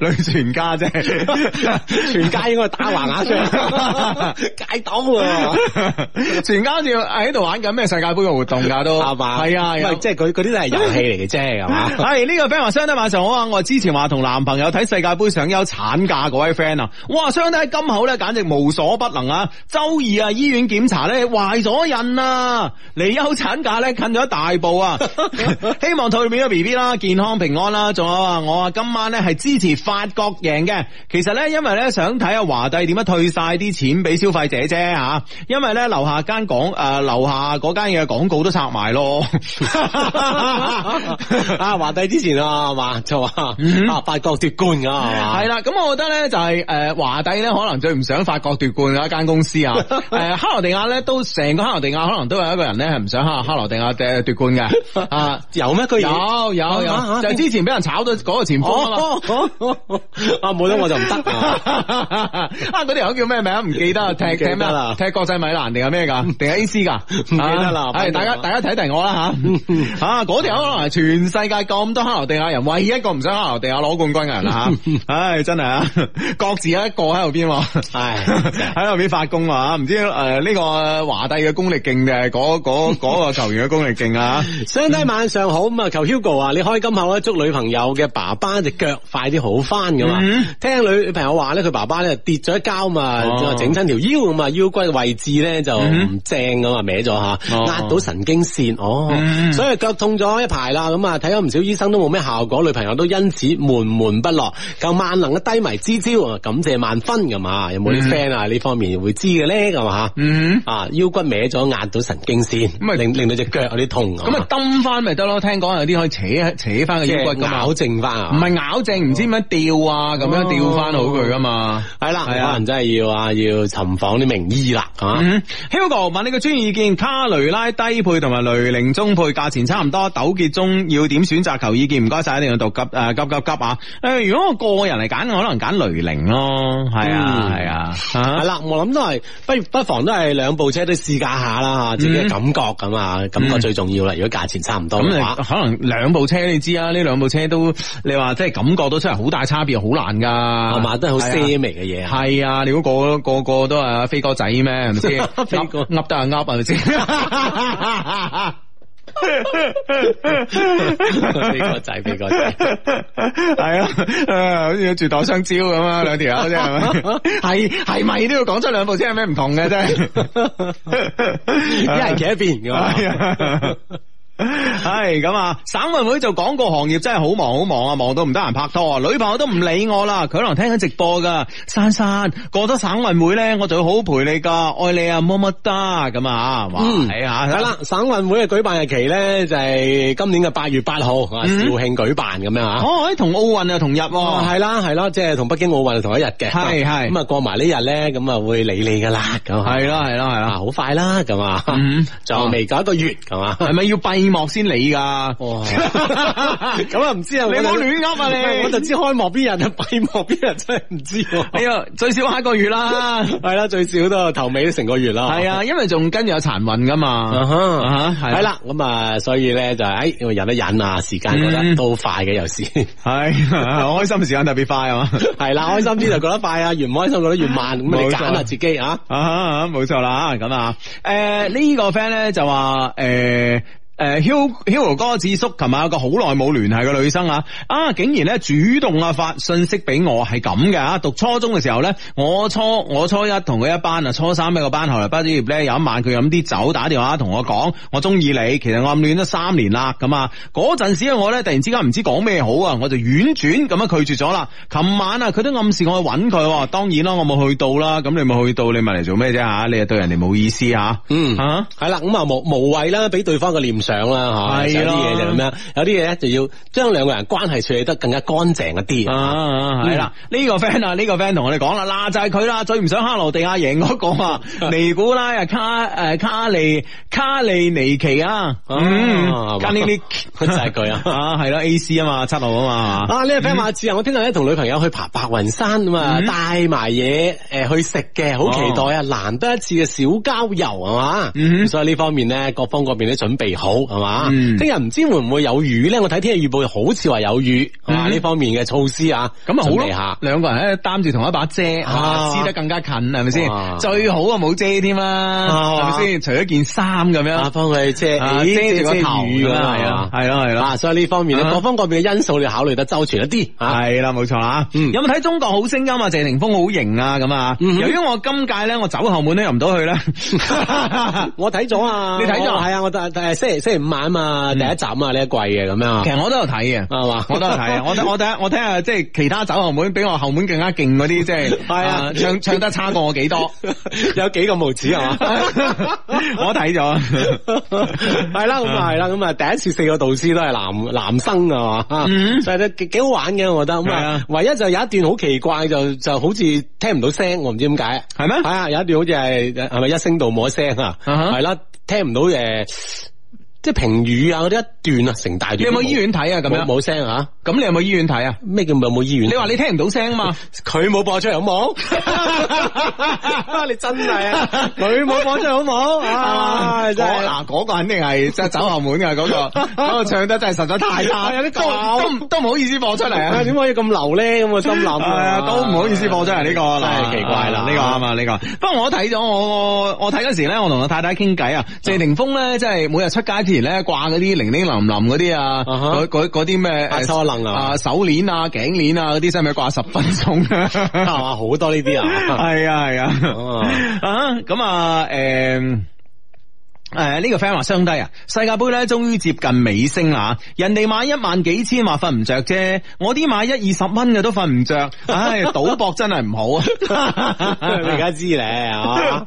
女全家啫，
嚟，全家應該打橫下上戒賭啊！
全家好似喺度玩緊咩世界盃嘅活動㗎都
係嘛？
係啊，
唔
有
係即係佢嗰啲都係遊戲嚟嘅啫，係嘛？
系哎呢、個个 friend 话相低晚上好啊！我之前話同男朋友睇世界盃上休產假嗰位 friend 啊，哇！相低今口咧，簡直無所不能啊！周二啊，醫院檢查咧壞咗孕啊，離休產假咧近咗一大步啊！ 希望肚入面嘅 B B 啦，健康平安啦，仲有啊，我啊今晚咧係支持法國贏嘅。其實咧，因為咧想睇下華帝點樣退晒啲錢俾消費者啫吓、啊因為咧樓下間廣诶楼下嗰間嘢嘅廣告都拆埋咯。
啊，華帝之前啊，係嘛就話啊，法國奪冠㗎係嘛？
系啦，咁我覺得咧就係诶華帝咧可能最唔想法國奪冠嘅一間公司啊，诶克羅地亞咧都成個克羅地亞可能都有一個人咧係唔想克克羅地亞嘅奪冠嘅啊。
有咩？佢
有有
啊啊
有，
啊
就係之前俾人炒到嗰個前鋒啊嘛
哦哦哦哦啊冇得 我就唔得 啊！
啊！嗰條友叫咩名？唔記得啊！踢
唔記
踢
得
咩
啦
啊？踢國際米蘭定係咩㗎？定係 A C 㗎？唔
記得啦
係大家
反正啊
大家睇定我啦 吓。啊！嗰條友可能係全世界咁多克羅地亞人，唯一一個唔想克羅地亞攞冠軍嘅人啦 吓。唉，真係啊！各自一個喺後邊喎，
唉
喺後邊發功啊！唔知誒呢個華帝嘅功力勁定係嗰嗰 嗰個球員嘅功力勁啊？
相低晚上好咁啊！求 Hugo 啊，你開金口啦，祝女朋友嘅爸爸隻腳快啲好翻咁啊！
嗯
聽女朋友話咧，佢爸爸咧跌咗一跤嘛，
哦嗯
就整親條腰咁啊，腰骨位置咧就唔正咁啊，歪咗吓，
哦
壓到神經線哦，
嗯
所以腳痛咗一排啦，咁啊睇咗唔少醫生都冇咩效果，女朋友都因此悶悶不樂，夠萬能嘅低迷支招啊！感謝萬分咁啊！有冇啲
嗯
friend 啊呢方面會知嘅咧咁啊？
嗯。
啊，腰骨歪咗，壓到神經線，
咁啊
令令到隻腳有啲痛
咁啊，抌翻咪得咯？聽講有啲可以扯扯翻個
即
腰骨
係
噶嘛
咬。正翻
唔
啊！哦
係咬正，唔知點樣吊啊，咁樣吊翻好佢噶嘛。
係啦，
係啊
可能真係要啊，要尋訪啲名醫啦，啊吓、
嗯，Hugo 問你個專業意見，卡雷拉低配同埋雷凌中配價錢差唔多，糾結中要點選擇？求意見，唔該晒，一定要讀急誒急急急啊！誒，如果我個人嚟揀，我可能揀雷凌咯，係啊
嗯
係啊，
係
啊
啦，我諗都係不不妨都係兩部車都試駕下啦，
嗯
吓自己嘅感覺咁啊，感覺最重要啦。如果價錢差唔多
咁啊
嘅話
你，可能兩部車你知啊，呢兩部車都你話即係感覺到出嚟好大差別，好難㗎，
係
係
嘛都係好
啊
奢微嘅嘢 啊。
系啊，你估個個個都係飛哥仔咩？係咪先？
飛哥
噏得啊噏係咪先？
俾個仔，俾個仔，
系啊，誒好似住袋香蕉咁啊，兩條友啫係咪？ 系系咪都要講出兩部車有咩唔同嘅啫？
一人企一邊
係
咁
啊。系啊咁啊！省运会做广告行业真系好忙好忙啊，忙到唔得闲拍拖啊，女朋友都唔理我啦。佢可能听紧直播噶，珊珊过咗省运会咧，我就會好陪你噶，爱你啊，么么哒咁啊，哇，
嗯
系啊，
系啦，省运会嘅举办日期咧就系今年嘅八月八号啊，
嗯
肇庆举办咁样啊。
哦，誒同奧運啊同日
哦，
喎，
系啦，系啦，即系同北京奧運係同一日嘅，
係係
咁啊過埋呢日咧，咁啊會理你噶啦，咁啊
係啦係啦係
啊
啦，
好快啦，咁啊
嗯，
就未夠一個月，啊係嘛，
係咪要閉幕先理㗎？
哇， 咁啊唔知啊，
你
我
唔
就
好亂噏啊你
我就知開幕邊日啊，閉幕邊日真係唔知喎，
哎呀，最少下一個月啦。
係啦，最少都有頭尾都成個月啦，
係。啊，因為仲跟住有殘運㗎
啊
嘛。
哈，
啊哈係
系啦，咁啊，所以咧就係，誒，忍一忍啊，時間過得
嗯
都快嘅，有時 係
系開心時間特別快啊嘛。
啦，開心啲就覺得快啊，越唔開心覺得越慢，咁你
冇錯
揀下自己啊。
啊啊，冇錯啦，咁啊，诶、呢、個 friend 咧就話诶。诶，Hugo Hugo 哥智叔，琴晚有個好耐冇聯繫嘅女生啊，啊，竟然咧主動啊發信息俾我，係咁嘅啊！讀初中嘅時候咧，我初我初一同佢一班啊，初三一個班，後來畢業咧，有一晚佢飲啲酒，打電話同我講，我中意你，其實我暗戀咗三年啦，咁啊，嗰陣時嘅我咧突然之間唔知講咩好啊，我就婉轉咁啊樣拒絕咗啦。琴晚啊，佢都暗示我去揾佢喎，當然啦，我冇去到啦，咁你冇去到，你咪嚟做咩啫吓？你又對人哋冇意思吓？
嗯
啊
系啦，咁啊無無謂啦，俾對方個念想啦，吓，
係
有啲
咯
嘢就咁樣，有啲嘢咧就要將兩個人關係處理得更加乾淨一啲。
啊，系啦，呢個 friend 啊，呢個 friend 同我哋講啦，嗱就係佢啦，最唔想克羅地亞贏嗰個 啊，尼古拉啊卡诶卡利卡利尼奇啊，
係嘛
嗯，卡利尼
就係佢啊
啊係啦 A C 啊嘛，七號啊嘛，
啊！呢個 friend 話志啊，我聽日咧同女朋友去爬白雲山咁啊，
嗯哦
帶埋嘢诶去食嘅，好期待啊！難得一次嘅小郊遊係嘛，
嗯
咁所以呢方面咧，各方各面都準備好係嘛。
嗯
聽日唔知會唔會有雨咧？我睇天氣預報好似話有雨，係嘛
嗯
呢方面嘅措施啊，
咁
準
啊
備
好
下
咯，。兩個人喺度擔住同一把遮，
啊
啊黐得更加近係咪先
哇？
最好啊冇遮添啦，
啊
係咪先？除咗件衫咁
啊，
樣，
幫佢遮
啊
遮
遮住個頭
雨
咁啦，係啊，係咯係咯
啊，。所以呢方面咧，
啊
各方各面嘅因素你要考慮得周全一啲啊。
系啦，冇錯啦。
嗯
有冇睇《中國好聲音》啊？謝霆鋒好型啊，咁啊。
嗯哼
由於我今屆咧，我走後門都入唔到去 咧。
我睇咗啊，
你睇咗啊
系啊，我誒星期星期五晚啊嘛，第一集啊嘛，呢一季嘅咁樣啊
其，實我都有睇嘅。
係啊嘛，
我都有睇，我睇我睇我睇下，即係其他走後門比我後門更加勁嗰啲，即係
係啊
唱唱得差過我幾多，
有幾個無恥啊係 嘛。
我睇咗。
係啦，咁啊係啦，咁啊第一次四個導師都係男男生啊嘛，
嗯
所以都幾幾好玩嘅，我覺得。咁
係
啊
啊，
唯一就有一段好奇怪，就就好似聽唔到聲，我唔知點解。
係咩
係 啊，有一段好似係係咪一聲道冇一聲啊？
啊哈
係啦，聽唔到誒，即係評語啊嗰啲一段啊，成大段。
你有冇醫院睇啊？咁
冇
樣
冇聲啊？
咁你有冇醫院睇啊？
咩叫有冇醫院？
你話你聽唔到聲啊嘛？
佢冇播出嚟好 冇？你真係啊！佢冇播出嚟好冇？啊，真係
嗱，嗰個肯定係即係走後門㗎，嗰個 嗰個唱得真係實在太差，
有啲 舊
都都都唔好意思播出嚟啊
啊！點可以咁流咧？咁我心諗
係啊，都唔好意思播出嚟呢個
真
嗱，
係奇怪啦！
呢個啱啊，呢個。不過我睇咗我我我睇嗰時咧，我同我太太傾偈啊，謝霆鋒咧，即係每日出街之前咧，掛嗰啲零零林林嗰啲啊，
啊哈
嗰嗰嗰啲咩
啊手鈴啊
啊手鏈啊頸鏈啊嗰啲，使唔使掛十分鐘
係
啊？
嘛，好多呢 啲 啊！
係啊係
哦
啊，啊咁啊誒。诶，呢、個 friend 話相低啊，世界盃咧終於接近尾聲啦，人哋買一萬幾千話瞓唔着啫，我啲買一二十蚊嘅都瞓唔着，唉，賭博真係唔好啊！
你而家知咧，啊啊！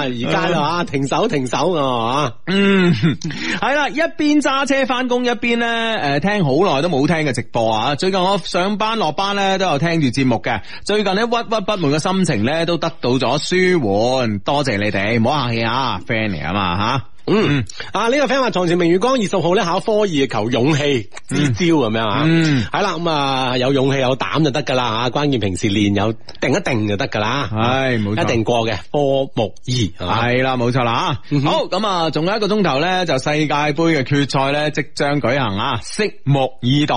而家就啊，停手停手啊！
嗯，系啦，一邊揸車翻工，一邊咧诶聽好耐都冇聽嘅直播啊！最近我上班落班咧都有聽住節目嘅，最近咧鬱鬱不滿嘅心情咧都得到咗舒緩，多謝你哋，唔好客氣啊，friend 嚟啊嘛吓。
嗯，啊呢、個 friend 話，床前明月光，二十號咧考科二求勇氣支招咁樣啊，
嗯
係啦，咁啊有勇氣有膽就得噶啦嚇，關鍵平時練有定一定就得噶啦，
係啊冇錯
一定過嘅科目二啊係嘛
系啦，冇錯啦
嗯
吓。
哼
好咁啊，仲有一個鐘頭咧，就世界盃嘅決賽咧即將舉行啊，拭目以待。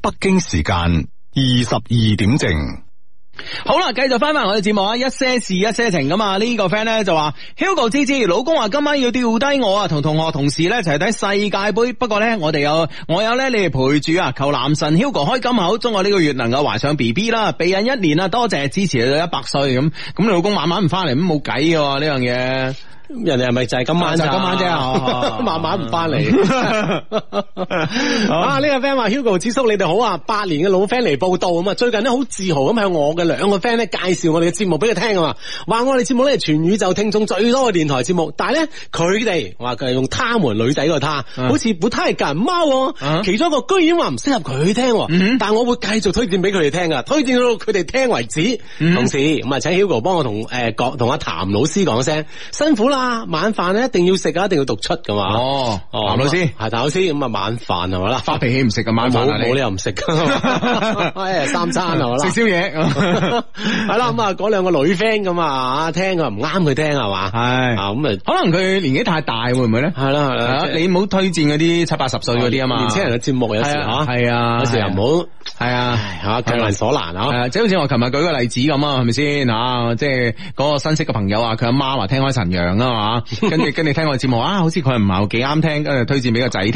北京時間二十二點正。
好啦，繼續翻翻我哋節目啊，一些事一些情咁啊，呢個 friend 咧就話 Hugo 芝芝，老公話今晚要吊低我啊，同同學同事咧一齊睇世界盃。不過咧我哋有我有咧你哋陪住啊，求男神 Hugo 開金口，祝我呢個月能夠懷上 B B 啦，避孕一年啊，多謝支持到一百歲咁。咁你老公晚晚唔翻嚟，咁冇計嘅喎呢樣嘢。
咁人哋係咪就係今晚
就係
咋
今晚啫 哦
慢慢唔 翻嚟。啊，呢個 friend 話 Hugo 子叔你哋好啊，八年嘅老 friend 嚟報道咁啊，最近咧好自豪咁向我嘅兩個 friend 咧介紹我哋嘅節目俾佢聽啊嘛，話我哋節目咧係全宇宙聽眾最多嘅電台節目，但係咧佢哋話佢係用他們女仔個他，
嗯
好似不太人貓
嗯
喎，其中一個居然話唔適合佢聽喎，
嗯
但我會繼續推薦俾佢哋聽噶，推薦到佢哋聽為止。
嗯
同時咁啊，請 Hugo 幫我同誒講同阿譚老師講聲辛苦啦，晚飯咧一定要食啊，一定要讀出噶嘛。
哦，譚老師
係譚老師咁啊，晚飯係咪啦？
發脾氣唔食咁晚
冇
飯啊，你
冇理由唔 食噶， 誒哎三餐係咪啦
食？宵夜。
係啦，咁啊，嗰兩個女 friend 咁啊，聽佢唔啱佢聽係嘛？
係
啊咁啊，
可能佢年紀太大，會唔會咧？
係啦係
係
啦
啊，，你唔好推薦嗰啲七八十歲嗰啲啊嘛，
年青人嘅節目有時
係啊，
嚇，
係啊，
有時又唔好，
好，係啊。
唉嚇，強人所難啊
係。啊，即係好似我琴日舉個例子咁啊，係咪先啊？即係嗰個新識嘅朋友啊，佢阿媽話聽開陳陽啊嘛，跟住跟住聽我節目啊，好似佢唔係好幾啱聽，跟住推薦俾個仔聽。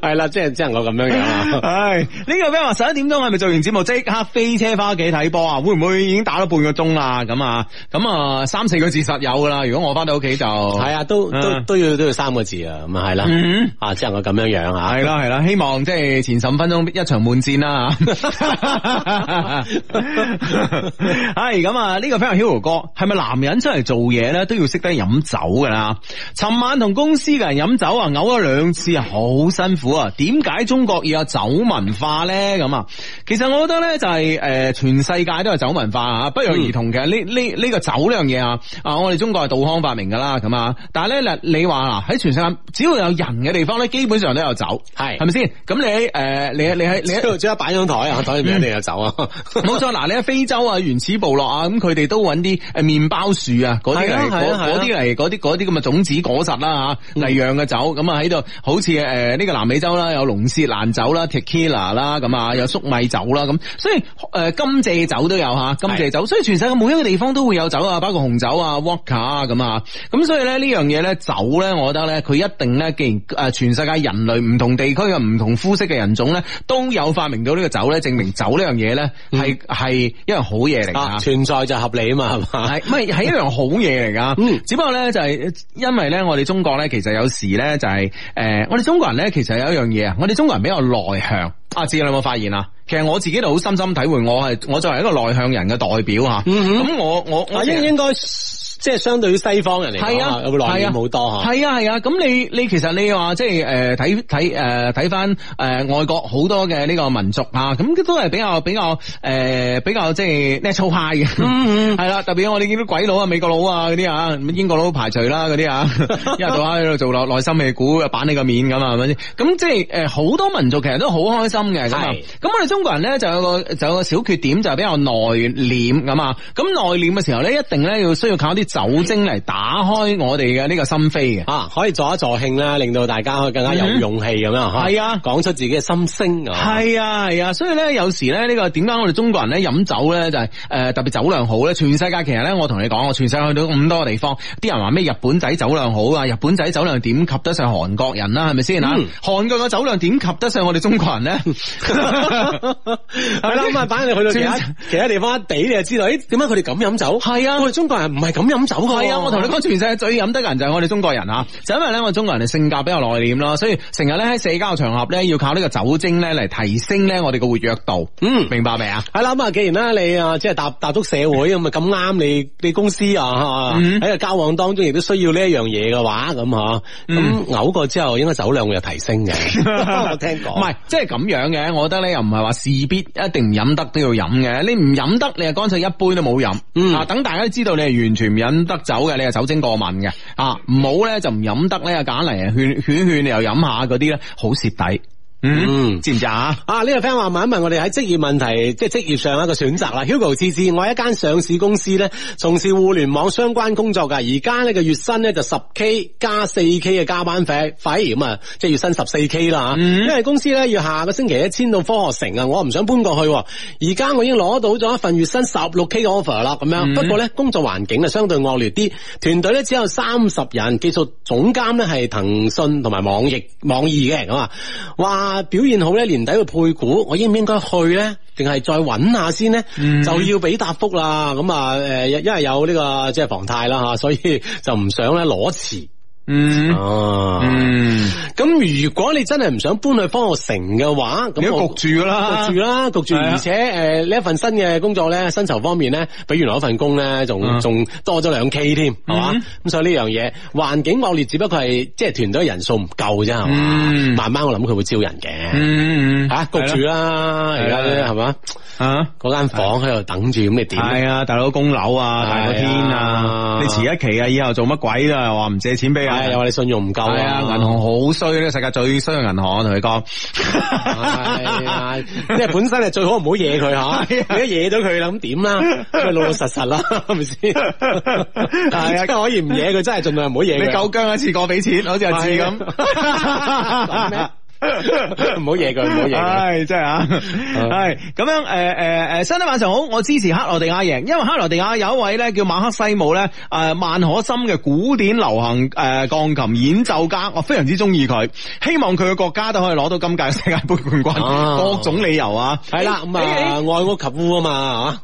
係啦，即係只能夠咁樣樣啊。
唉，呢個 friend 話十一點鐘係咪做完節目即刻飛車翻屋企睇波啊？會唔會已經打咗半個鐘啦？咁啊，咁啊三四個字實有噶啦。如果我翻到屋企就係
係啊，都都
嗯
都要都要三個字啊，咁啊係啦
嗯，
啊只能夠咁樣樣啊。
係啦係啦，希望即係前十五分鐘一場悶戰啦 吓。係咁啊，呢個 friend Hugo 哥係咪男人出嚟做嘢咧都要識得飲酒噶啦？尋晚同公司嘅人飲酒啊，嘔咗兩次啊，好辛苦啊！點解中國要有酒文化咧？咁啊，其實我覺得咧就係、誒、全世界都有酒文化啊，不約而同嘅。呢呢呢個酒呢樣嘢啊，啊我哋中國係杜康發明噶啦，咁啊，但係咧你話啊喺全世界只要有人嘅地方咧，基本上都有酒。
係
係咪先？咁你喺诶，你喺你喺你 嗯喺
你將一擺張台啊，台入面一定有酒啊。
冇錯，嗱，你喺非洲啊、原始部落啊，咁佢哋都揾啲誒麵包樹啊，嗰啲
係啊
嚟
係
嗰
啊嗯係啊
嗰啲嚟嗰啲嗰啲咁嘅種子果實啦嚇，嚟釀嘅酒，咁啊喺度，好似誒呢個南美洲啦，有龍舌蘭酒啦、tequila 啦，咁啊有粟米酒啦，咁所以誒甘蔗酒都有嚇，甘蔗酒，所以全世界每一個地方都會有酒啊，包括紅酒啊、vodka 啊咁啊，咁所以咧呢樣嘢咧酒咧，我覺得咧佢一定咧，既然誒全世界人類唔同地區嘅唔同膚色嘅人種咧，都有發明到呢個酒咧，證明酒呢樣嘢咧係係一樣好嘢嚟
嗯啊，
㗎。
存在就合理啊嘛，係嘛？
係，唔係係一樣好嘢嚟噶？
嗯
只不過咧就係、因為咧，我哋中國咧其實有時咧就係、呃我哋中國人咧其實有一樣嘢啊，我哋中國人比較內向。阿志，你有冇發現啊？
嗯
其實我自己就好深深體會，我係我作為一個內向人嘅代表吓，咁、
嗯
我我我
啊，
成日
應應該即係相對於西方人嚟
係啊
講，，有冇內斂好多嚇？
係啊係啊，咁你你其實你話即係誒睇睇誒睇翻誒外國好多嘅呢個民族啊，咁都係比較比較誒、呃比較即係 natural high 嘅，
嗯
係啦，特別我哋見到鬼佬啊、美國佬啊嗰啲啊，英國佬排除啦嗰啲啊，一日到黑喺度做內內心嘅股板你個面咁啊，係咪先？咁即係誒好多民族其實都好開心嘅咁啊
係。
咁我哋中國人咧就有個就有個小缺點就係比較內斂咁啊，咁內斂嘅時候咧，一定咧要需要靠啲酒精嚟打開我哋嘅呢個心扉嘅。
啊，可以助一助興啦，令到大家可以更加有勇氣咁樣嚇。
係啊
講出自己嘅心聲啊。
係啊係啊，所以咧有時咧呢個點解我哋中國人咧飲酒咧就係、呃特別酒量好咧，全世界其實咧我同你講，啊我全世界去到咁多個地方，啲人話咩日本仔酒量好啊，日本仔酒量點及得上韓國人啦，係咪先啊
嗯？
韓國嘅酒量點及得上我哋中國人咧？
係啦，咁啊，反正你去到其他
全
其他地方一地，你就知道，誒點解佢哋咁飲酒？係啊，我哋中國人唔係咁飲酒㗎喎。
係啊，我同你講，全世界最飲得嘅人就係我哋中國人啊！就因為咧，我哋中國人嘅性格比較內斂啦，所以成日咧喺社交場合咧，要靠呢個酒精咧嚟提升咧我哋嘅活躍度。
嗯
明白未啊？
係啦，咁啊，既然咧你啊，即係踏踏足社會咁啊，咁啱你 你公司啊，
嗯
喺個交往當中亦都需要呢一樣嘢嘅話，咁吓，
嗯
咁嘔過之後應該酒量會有提 升嘅， 我聽講。
唔係，即係咁樣嘅，我覺得咧又唔係話事必一定唔飲得都要飲嘅。你唔飲得，你係乾脆一杯都冇飲。
嗯
啊，等大家都知道你係完全唔飲得酒嘅，你係酒精過敏嘅。啊，唔好咧就唔飲得咧，揀嚟勸勸勸你又飲下嗰啲咧，好蝕底。嗯，知唔知啊？
啊！呢、個 friend 話問一問我哋喺職業問題，即係職業上一個選擇啦。Hugo 志志，我喺一間上市公司咧，從事互聯網相關工作㗎。而家呢個月薪咧就十 K 加四 K 嘅加班費費咁啊，即係月薪十四 K 啦嚇。因為公司咧要下個星期一遷到科學城啊，我唔想搬過去喎。而家我已經攞到咗一份月薪十六 K 嘅 offer 啦，咁
嗯
樣。不過咧工作環境啊相對惡劣啲，團隊咧只有三十人，技術總監咧係騰訊同埋網易網易嘅咁啊。話表現好咧，年底會配股，我應唔應該去咧？定係再揾下先咧？
嗯
就要俾答覆啦。咁啊，誒，因為有呢、個即係房貸啦吓， 所以就唔想咧裸辭。
嗯
哦
嗯，
咁如果你真係唔想搬去科學城嘅話，
你
咁
都
我
焗住噶啦，
焗住啦，焗住，
係啊
而且誒呢一份新嘅工作咧，薪酬方面咧，比原來嗰份工咧，
嗯
仲仲多咗兩 K 添，係嘛
嗯？
咁所以呢樣嘢環境惡劣，只不過係即係團隊人數唔夠啫，係嘛
嗯？
慢慢我諗佢會招人嘅，
嗯，嗯
吓焗住，啦，而
係啦
家
係啦
係嘛？
啊。
嗰間房喺度等住，咁你點咧？
系啊，大佬供樓啊，大個天啊
係啊，
你遲一期啊，以後做乜鬼啊？又話唔借錢俾
係又
啊
話？你信用唔夠
係啊，銀行好衰，呢個世界最衰嘅銀行，我同你講。
係啊，即係本身係最好唔好惹佢 吓，你
啊
一惹咗佢啦，咁點啦？咁咪老老實實啦， 係 咪先？
係啊
即係可以唔惹佢，真係盡量唔好惹
你
佢。
夠姜一次過俾錢，好似阿志咁。
咁啊咩 唔好惹佢，唔好惹佢。
唉，真係啊，係咁樣诶诶诶，新一晚上好，我支持克羅地亞贏，因為克羅地亞有一位咧叫馬克西姆咧，诶、萬可森嘅古典流行诶、呃、鋼琴演奏家，我非常之中意佢，希望佢嘅國家都可以攞到今屆世界盃冠軍，
啊
各種理由啊，
係啦，咁
欸
啊，愛屋及烏啊嘛，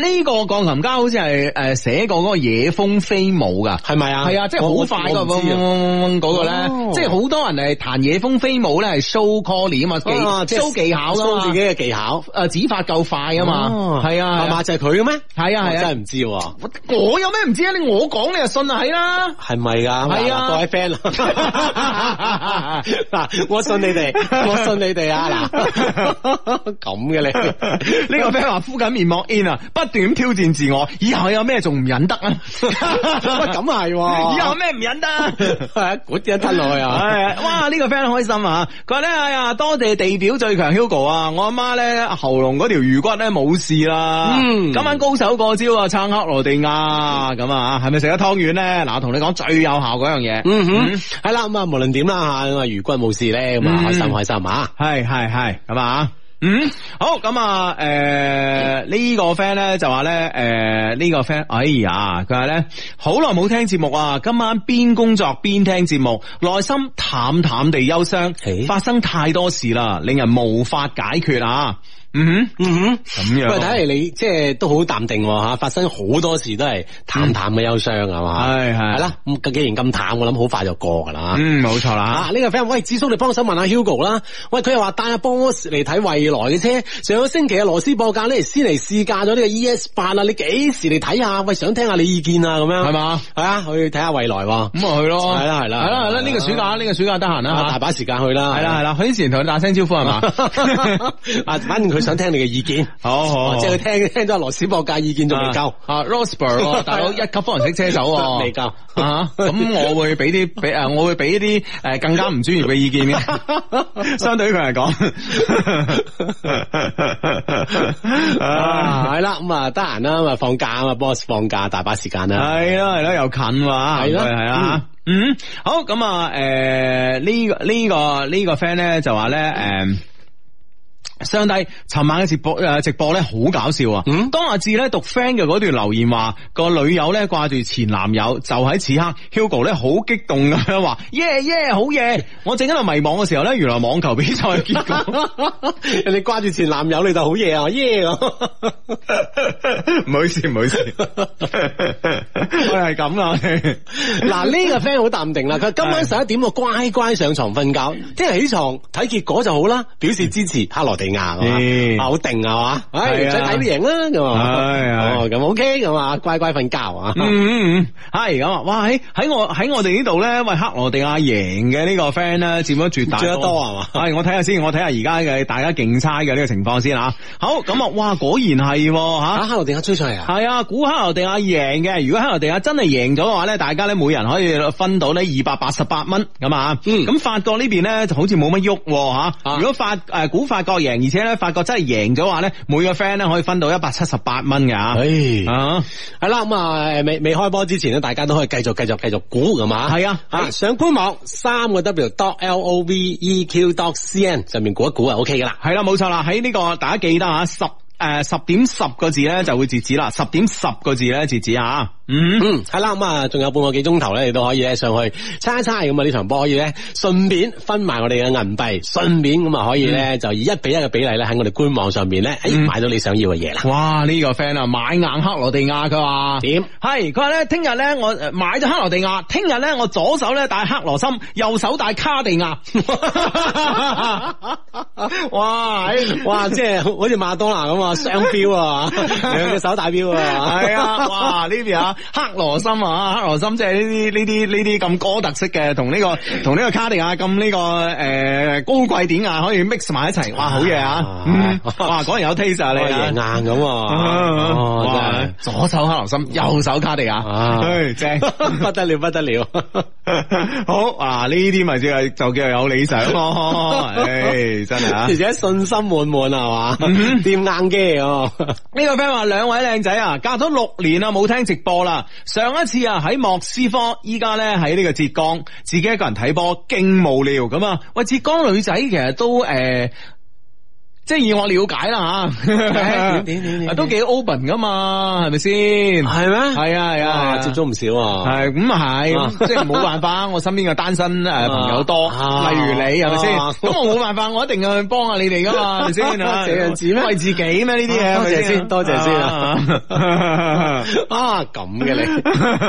呢個鋼琴家好似係誒寫過嗰個野蜂飛舞㗎，
係咪啊
係啊，即係好快
我
㗎，
我唔知啊
嗡嗡嗡嗡嗰個
哦
咧，即係好多人係彈野蜂飛舞咧，係 show callie 啊嘛，技
啊即係
show 技巧㗎
show
嘛，
自己嘅技巧哦
誒指法夠快啊嘛，係啊，
係嘛，就係佢嘅咩？
係啊
我
係啊
真係唔知喎，
我我有咩唔知啊？你我講你就信係 啦。
係咪㗎？
係啊
嗱各位 friend 啊 嗱，我信你哋，我信你哋啊！嗱， 咁嘅你。
呢個 friend 話敷緊面膜 in 啊，不斷咁挑戰自我，以後有咩仲唔忍得 啊？
咁啊 係喎，
以後有咩唔忍得啊？
係啊，嗰啲一吞落去啊，
唉哎哇！呢、個 friend 開心啊，佢話咧哎呀，多謝地表最強 Hugo 啊！我阿媽咧喉嚨嗰條魚骨咧冇事啦，
嗯
今晚高手過招啊，撐克羅地亞咁啊，係咪食咗湯圓咧？嗱，我同你講最有效嗰樣嘢，
嗯哼，係啦，咁啊，無論點啦吓，咁啊，魚骨冇事咧，咁啊，
嗯
開心開心啊，
係係係咁啊。嗯，好咁啊，誒、呢、個 friend 咧就話咧，誒、呢、個 friend，哎呀，佢話咧好耐冇聽節目啊，今晚邊工作邊聽節目，內心淡淡地憂傷，
誒
發生太多事啦，令人無法解決啊。嗯哼，
嗯哼。
咁樣
喂，
啊，
睇嚟你即係都好淡定喎吓，發生好多事都係淡淡嘅憂傷啊係嘛？
係係
係啦，咁既然咁淡，我諗好快就過㗎啦。
嗯，冇錯啦
啊！。呢、個 friend，喂，智叔你幫手問下 Hugo 啦。喂，佢又話帶阿 boss 嚟睇蔚來嘅車，上個星期嘅羅斯博格咧先嚟試駕咗呢個 ES 八啦，你幾時嚟睇下？喂，想聽下你意見啊，咁樣
係嘛？
係啊，去睇下蔚來喎。
咁啊去咯，
係啦
係
係啦
啦係啦，呢個暑假呢個暑假得閒
啊，大
啦
把時間去啦。
吓，係啦係啦，佢之前同你打聲招呼係 嘛？
啊，反正佢想聽你嘅意見，
好好好
哦即係佢聽聽咗羅斯博格意見仲未夠。
啊 r o s b e r 喎，大佬一級方程式車手喎，
未夠
啊！咁我會俾啲俾啊誒，我會俾啲誒更加唔專業嘅意見嘅，相對於佢嚟講，
啊，
啊
係啦，咁啊，得閒啦，咁啊，放假啊嘛，boss 放假，大把時間啦。
係咯係咯，又近喎，
係咯
係啦。嗯，好咁啊，誒呢個呢個呢個 friend 咧就話咧誒。相弟，尋晚嘅直播誒直播咧好搞笑啊！
嗯
當阿志咧讀 friend 嘅嗰段留言話，個女友咧掛住前男友，就喺此刻，Hugo 咧好激動咁樣話： 耶耶，好嘢！我正喺度迷惘嘅時候咧，原來網球比賽嘅結果，
人哋掛住前男 友，你就好嘢啊，耶咁。
唔好意思，唔好意 思，我係咁啊！
嗱呢個 friend 好淡定啦，佢話今晚十一點我乖乖上床瞓覺，聽日起床睇結果就好啦，表示支持克羅地利亞
嗯
係嘛，啊好定係嘛，唉
係啊
唔使睇都贏啦咁啊，
係係
哦咁 OK 咁啊，乖乖瞓覺啊。
嗯嗯，系咁啊！哇喺喺我喺我哋呢度咧，喂克羅地亞贏嘅呢個 friend 咧，佔咗絕大
佔得多啊係嘛
係我睇下先，我睇下而家嘅大家競猜嘅呢個情況先吓。好咁啊，哇果然係喎吓
啊，。克羅地亞追上嚟啊！
系啊，估克羅地亞贏嘅。如果克羅地亞真係贏咗嘅話咧，大家咧每人可以分到呢二百八十八蚊咁啊。
嗯
咁法國呢邊咧就好似冇乜喐喎吓。
啊
如果法诶估法國贏，而且咧法國真係贏咗嘅話咧，每個 friend 咧可以分到一百七十八蚊嘅吓。
唉
啊，
系哎啦，咁啊，未未开波之前咧，大家都可以繼續繼續繼續估咁啊。
係啊
啊，上官網三個 W dot L O V E Q dot C N 上面估一估啊，OK 噶啦。
係啦，冇錯啦。喺呢、個大家記得吓十诶十点十個字咧就會截止啦，十點十個字咧截止啊。 嗯。
嗯，係啦，咁啊，仲有半個幾鐘頭咧，你都可以咧上去猜一猜咁啊，呢場波可以咧順便分埋我哋嘅銀幣，順便咁啊可以咧就以一比一嘅比例咧喺我哋官網上面咧，诶
嗯
買到你想要 嘅嘢啦。
哇！呢、個 friend 啊，買硬克羅地亞佢話
點
係佢話咧，聽日咧我誒買咗克羅地亞，聽日咧我左手咧戴克羅心，右手戴卡地亞。哇！哎係
哇，即係好似馬當娜咁啊，雙 標啊，兩隻手大標啊，
係啊，哇！呢邊啊，克羅心啊，克羅心即係呢啲呢啲呢啲咁哥特式嘅，同呢、個同呢個卡地亞咁呢、個呃高貴典雅可以 mix 埋一齊，哇！好嘢啊！嗯哇，果然有 taste 啊
我
你啊
贏硬咁啊，哦真
哇
係！
左手克羅心，右手卡地亞，
啊
唉， 正。
不得了，不得了！
好啊，呢啲咪就係就叫有理想咯， 唉，真係啊嗯
而。且信心滿滿啊係嘛，掂硬機哦，
呢個 friend 話兩位靚仔啊，隔咗六年啊冇聽直播啦。上一次啊喺莫斯科，依家咧喺呢個浙江，自己一個人睇波，勁無聊咁啊！喂，浙江女仔其實都诶。呃即係以我了解 啦吓，
點點點點
都幾 open 噶嘛，係咪先？
係咩
係啊係啊，
哇接觸唔少啊！
系咁啊係，
啊
咁即係冇辦 法，我身邊嘅單身诶朋友多，
啊
例如你係咪先？
啊
咁我冇辦法，我一定要去幫下你哋噶嘛，係 咪先？
這樣子咩
為自己咩呢啲嘢？
多謝
係咪
先多謝先 啊
啊！
啊咁嘅你
點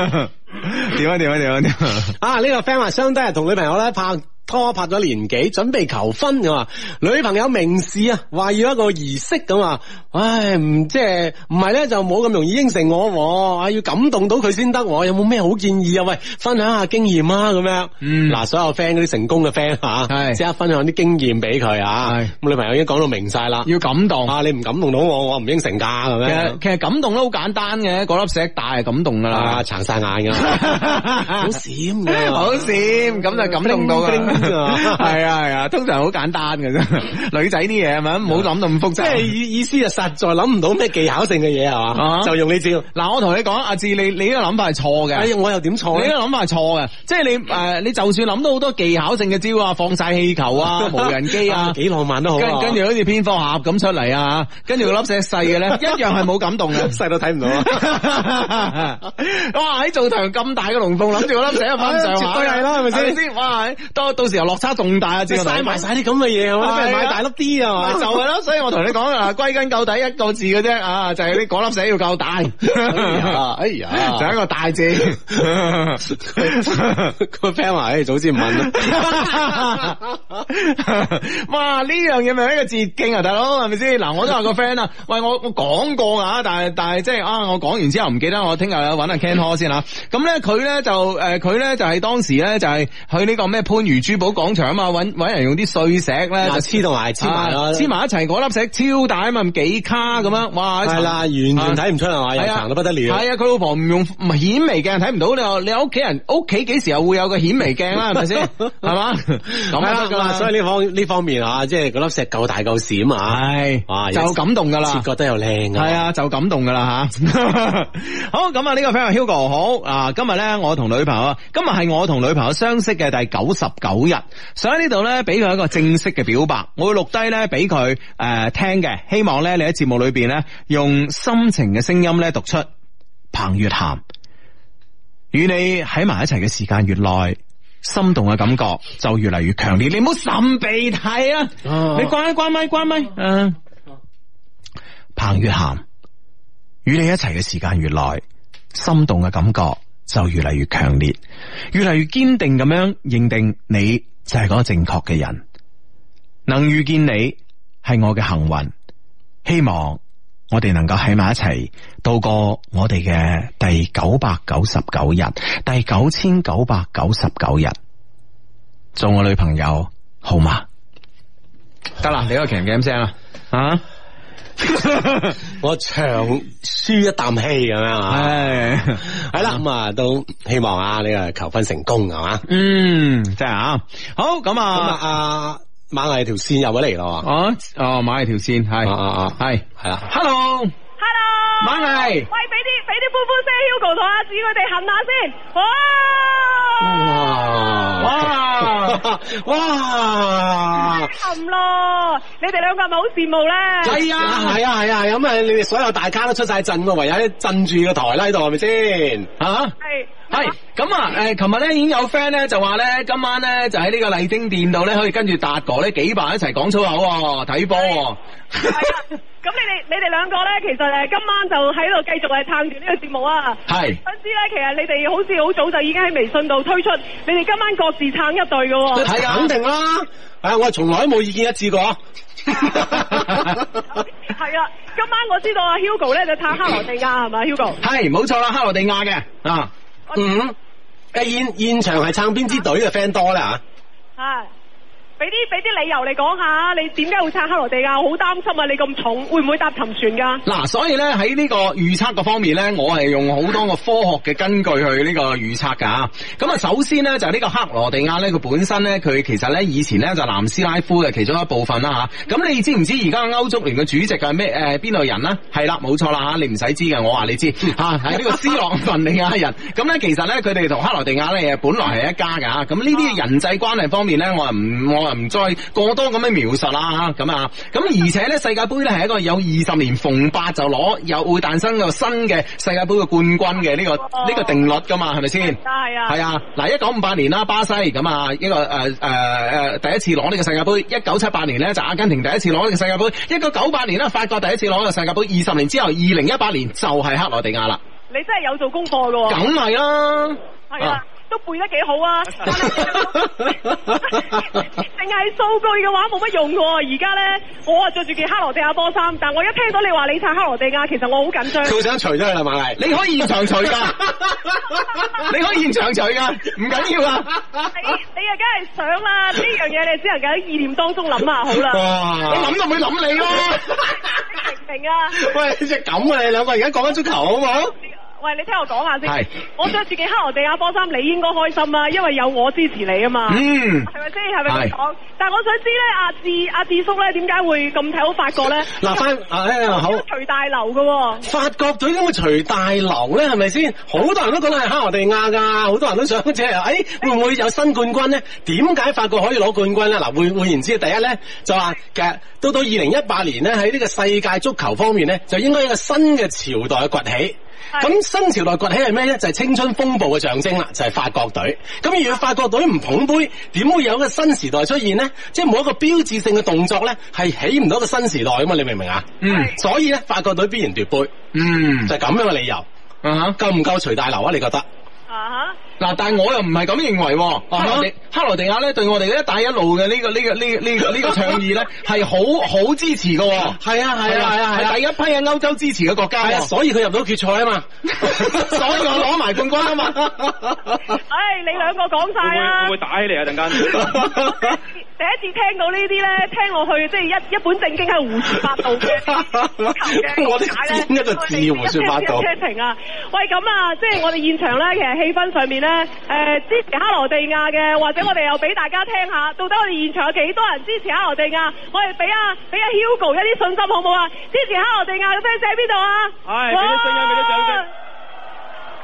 啊點啊點啊點啊！
啊呢個 friend 話相低係同女朋友咧拍。拖拍咗年幾，準備求婚咁啊！女朋友明示啊，話要一個儀式咁啊！唉，唔即係唔係咧就冇咁容易應承我喎，啊要感動到佢先得喎，有冇咩好建議啊？喂，分享下經驗啊咁樣。
嗯
嗱，所有 friend 嗰啲成功嘅 friend 吓，
係
即刻分享啲經驗俾佢啊
係。
咁女朋友已經講到明晒啦，
要感動。
啊！你唔感動到我，我唔應承㗎咁
其
樣
實。其實感動都好簡單嘅，嗰粒石大係感動噶啦
啊，。撐晒眼㗎，好閃㗎，
好閃，咁就感動到啦。
叮叮啊
係啊係啊，通常好簡單嘅啫。女仔啲嘢係咪？唔好諗到咁複雜。
即係意意思就實在諗唔到咩技巧性嘅嘢係
啊
嘛，就用呢招。
嗱，我同你講，阿志，你你呢個諗法係錯
哎
嘅。
呀，我又點錯
你呢
咧？
個諗法係錯嘅，即係你诶、誒你就算諗到好多技巧性嘅招啊，放晒氣球 啊，無人機啊，
幾浪漫都好
跟
啊，
跟住好似蝙蝠俠咁出嚟啊，跟住個粒石細嘅咧，一樣係冇感動 嘅。
細到睇唔到啊，
哇！喺造堂咁大嘅龍鳳，諗住個粒石一翻上下，
絕對係啦係 咪先
係先？哇！到到時候落差仲大啊，
即
知
係
道
嘥埋晒啲咁嘅嘢，我不如買大粒啲
咪
啊
就
嘛。
係咯，所以我同你講啊，歸根究底一個字嘅啫啊，就係你嗰粒石要夠大。
哎
就係一個大字，
個 friend 話：，哎唉，早知唔問啦。
哇！呢樣嘢咪係一個捷徑啊，大佬係咪先？嗱，我都話個 friend 啊，喂，我我講過啊，但係但係即係啊，我講完之後唔記得，我聽日揾阿 Ken Ho 先啊。咁咧佢咧就誒佢咧就係當時咧就係去呢個咩番禺珠寶廣場啊嘛，揾揾人用啲碎石咧
嗱
就
黐同埋黐埋
啊
啦，
黐埋一齊嗰粒石超大啊嘛，幾卡咁樣，哇！
係啦，完全睇唔出係嘛，又
係啊
長到不得了。
系啊，佢老婆唔用唔顯微鏡睇唔到你話，你屋企人屋企幾時又會有個顯微鏡啦？係咪 先？係嘛？咁
係
啊
啦
得噶
咁
啦，
啊所以呢方呢方面啊，即係嗰粒石夠大夠閃啊，
系
哇
就感動噶
切
啦。
割得又靚啊。
係啊，就感動噶啦吓。 好，咁啊呢個 friend Hugo 好啊，今日咧我同女朋友，今日係我同女朋友相識嘅第九十九日，想喺呢度咧俾佢一個正式嘅表白，我會錄低咧俾佢诶聽嘅，希望咧你喺節目裏邊咧用心情嘅聲音咧讀出彭月涵。與你喺埋一齊嘅時間越耐，心動嘅感覺就越嚟越強烈。你唔好擤鼻涕啊！
啊
你關一關咪關咪。嗯、彭月涵，與你一齊嘅時間越耐，心動嘅感覺就越嚟越強烈，越嚟越堅定咁樣認定你就係嗰個正確嘅人。能遇見你係係我嘅幸運。希望我哋能夠喺埋一齊度過我哋嘅第九百九十九日，第九千九百九十九日，做我女朋友好嗎？得啦，你嗰個強 game 聲啦，啊！
我長舒一啖氣咁樣啊，
唉。
係啦，咁啊都希望啊呢個求婚成功係嘛，
嗯，真係啊，好咁
咁啊
啊，
啊馬毅條線入咗嚟咯喎，
啊哦，馬毅條線係
啊啊啊
係
係啦，
，Hello，
Hello，
馬毅
喂，，俾啲俾啲歡呼聲，Hugo 同阿子佢哋恨下先。哇！
哇
哇，
哇！
含咯，你哋兩個係咪好羨慕咧？
係啊，係啊，係啊，咁啊，你哋所有大家都出晒陣喎，唯有鎮住個台啦喺度，係咪先？
啊！
係
係咁啊！誒，琴日咧已經有 friend 咧就話咧，今晚咧就喺呢個麗晶店度咧，可以跟住達哥咧幾百人一齊講粗口喎，睇波喎。
係啊，咁你哋你哋兩個咧，其實誒今晚就喺度繼續誒撐住呢個節目啊！
係
想知咧，其實你哋好似好早就已經喺微信度推出，你哋今晚各自撐一隊嘅喎。
係啊
肯定啦。啊，我從來都冇意見一致過。
係啊，今晚我知道阿 Hugo 咧就撐克羅地亞係咪？Hugo，啊
係冇錯啦，克羅地亞嘅啊，
嗯，誒現現場 係撐邊支隊嘅 friend 多咧嚇？
啊，俾啲俾啲理由你講下，你點解會撐克羅地亞？我好擔心啊！你咁重，會唔會搭沉船㗎？
嗱，所以咧喺呢個預測嘅方面咧，我係用好多個科學嘅根據去呢個預測㗎吓。咁啊，首先咧就係呢個克羅地亞咧，佢本身咧佢其實咧以前咧就南斯拉夫嘅其中一部分啦吓。咁你知唔知而家歐足聯嘅主席係咩誒邊度人啦？係啦，冇錯啦吓，你唔使知嘅，我話你知吓，係呢個斯洛文尼亞人。咁咧其實咧佢哋同克羅地亞咧本來係一家㗎吓。咁呢啲人際關係方面咧，我啊唔我啊唔再過多咁樣描述啦吓。咁啊，咁而且咧世界盃咧係一個有二十年逢八就攞又會誕生個新嘅世界盃嘅冠軍嘅呢個呢個定律㗎嘛，係咪先？
係啊，
係啊，嗱，一九五八年啦，巴西咁啊，一個誒誒誒呃第一次攞呢個世界杯，一九七八年咧就阿根廷第一次攞呢個世界杯，一九九八年咧法國第一次攞呢個世界杯，二十年之後，二零一八年就係克羅地亞啦，
你真係有做功課
哦
㗎喎。
梗係啦，
係啊，都背得幾好啊！但係淨係數據嘅話冇乜用㗎喎。而家咧，我啊着住件克羅地亞波衫，但我一聽到你話你撐克羅地亞，其實我好 緊張。
佢想除咗佢啦，馬麗。
你可以現場除 噶，你可以現場除噶，唔緊要啊，
你你啊，梗係想啦！呢樣嘢你只能夠喺意念當中諗下好啦。
我
哇！
諗都唔會諗 你咯，
你明唔明啊？
喂，你隻咁啊！你兩個而家講緊足球好唔好？
喂，你聽我講下
係
先。我着自己克羅地亞波衫，你應該開心啊，因為有我支持你啊嘛。
嗯。
係咪先？係咪
係
咁講？但係我想知咧，阿志阿志叔咧，點解會咁睇好法國 咧？
嗱，翻啊，好。
除大流嘅喎。
法國隊點會除大流咧？係咪先？好多人都覺得係克羅地亞㗎，好多人都想即係，誒、哎、會唔會有新冠軍咧？點解法國可以攞冠軍咧？嗱，換換言之，第一咧就話其實到到二零一八年咧，喺呢個世界足球方面咧，就應該有一個新嘅朝代嘅崛起。
係
咁新朝代崛起係咩咧？就係、青春風暴嘅象徵啦，就係、法國隊。咁如果法國隊唔捧杯，點會有一個新時代出現咧？即係冇一個標誌性嘅動作咧，係起唔到一個新時代㗎嘛？你明唔明啊？
嗯
所以咧，法國隊必然奪杯。
嗯
就係咁樣嘅理由，
啊哈
夠唔夠除大流啊？你覺得？
啊
嗱，但係我又唔係咁認為喎，
啊哈
克羅地克羅地亞咧對我哋一帶一路嘅呢個呢個呢個呢個呢個倡議咧係好好支持嘅喎。
係啊係啊係啊係啊
係第一批喺歐洲支持嘅國家
係啊，
喎，
所以佢入到決賽啊嘛，
所以我攞埋冠軍啊嘛。
哈！唉，你兩個講晒啦。
會唔會打起嚟啊？陣間
第一次聽到呢啲咧，聽落去即係一一本正經係胡說八道嘅
我哋邊一個字胡說八道
車停啊！ 喂，咁啊，即係我哋現場咧，其實氣氛上面咧，誒、支持克羅地亞嘅，或者我哋又俾大家聽下，到底我哋現場有幾多人支持克羅地亞？我哋俾啊俾啊 Hugo 一啲信心好唔好啊？支持克羅地亞嘅 fans 喺邊度啊？
唉俾啲聲音俾啲掌聲
哇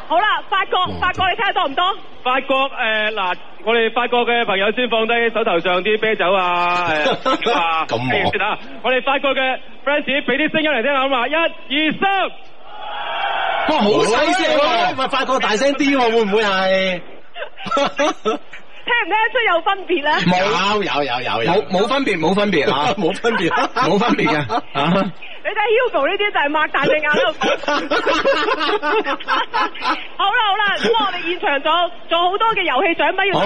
好啦，法國，法國你睇下多唔多？
法國誒嗱、我哋法國嘅朋友先放低手頭上啲 啤酒啊誒酒啊
咁忙
先啊！我哋法國嘅 fans 俾啲聲音嚟聽下好嘛？一二三，
哇，好犀利喎！
咪法國大聲啲喎，會唔會 係？
聽唔聽得出有分別咧？
有有有有有，
冇冇分別，冇分別啊，
冇分別，
冇分別 嘅啊。
你睇 Hugo 呢啲就係擘大隻眼喺度講。 好啦好啦，咁我哋現場仲有仲有好多嘅遊戲獎品要。
哦，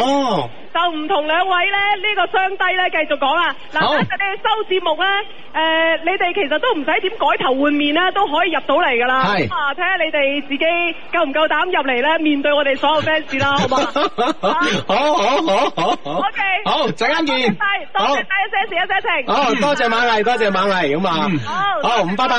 就唔同兩位咧呢、呢個雙低咧繼續講啦。嗱，
好
等陣你哋收節目咧，誒、你哋其實都唔使點改頭換面咧，都可以入到嚟噶啦。
係？
咁啊，睇下你哋自己夠唔夠膽入嚟咧，面對我哋所有 fans 啦，好嘛
好好好好啊好
OK
好，陣間
多謝
見
晒，，多謝
好
晒，一些事一些情。
好多謝馬毅，多謝馬毅咁啊
嗯！
好，咁拜拜，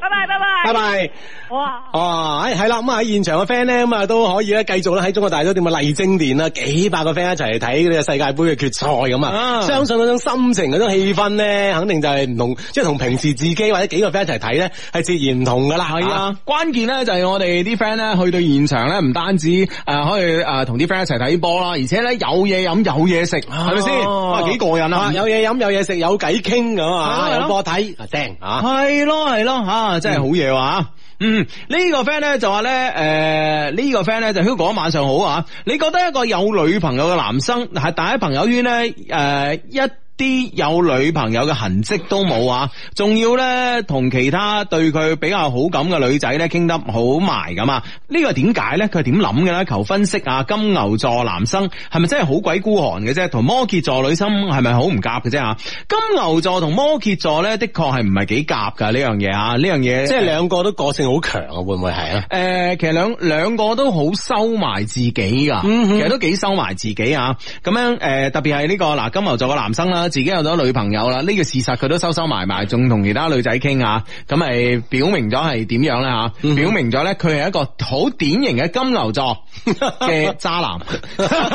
拜拜，拜
拜
拜，
拜。
哇！
哦，係係啦，咁啊喺現場嘅 friend 咧，咁啊都可以咧繼續咧喺中國大酒店嘅麗晶殿啦，幾百個 friend 一齊嚟睇呢個世界盃嘅決賽咁
啊
啊，相信嗰種心情、嗰種氣氛咧，肯定就係唔同，即係同平時自己或者幾個 friend 一齊睇咧，係截然唔同噶啦。
係啊，關鍵咧就係我哋啲 friend 咧去到現場咧，唔單止誒可以誒同啲 friend 一齊睇波啦，而且咧有嘢飲有嘢食，
啊，
係咪先？哇，幾過癮啊！
有嘢飲，有嘢食，有偈傾咁
係
啊，
咯
有波睇啊，正啊！
系咯系咯吓，真係好嘢话。嗯，呢、個 friend 咧就話咧，誒、呢、個 friend 咧就 Hugo 晚上好啊！你覺得一個有女朋友嘅男生，係但喺朋友圈咧，誒、一啲有女朋友嘅痕跡都冇啊，仲要咧同其他對佢比較好感嘅女仔咧傾得好埋咁啊！呢、個點解咧？佢係點諗嘅咧？求分析啊！金牛座男生係咪真係好鬼孤寒嘅啫？同摩羯座女生係咪好唔夾嘅啫？吓，金牛座同摩羯座咧，的確係唔係幾夾噶呢樣嘢啊！呢樣嘢
即係兩個都個性好強啊，會唔會 係
誒、
啊？
呃其實兩兩個都好收埋自己噶，
嗯哼
其實都幾收埋自己啊。咁樣誒、特別係呢個嗱金牛座個男生啦，自己有咗女朋友啦，呢、個事實佢都收收埋埋，仲同其他女仔傾啊。咁咪表明咗係點樣咧吓？
嗯哼
表明咗咧，佢係一個好典型嘅金牛座 嘅渣男。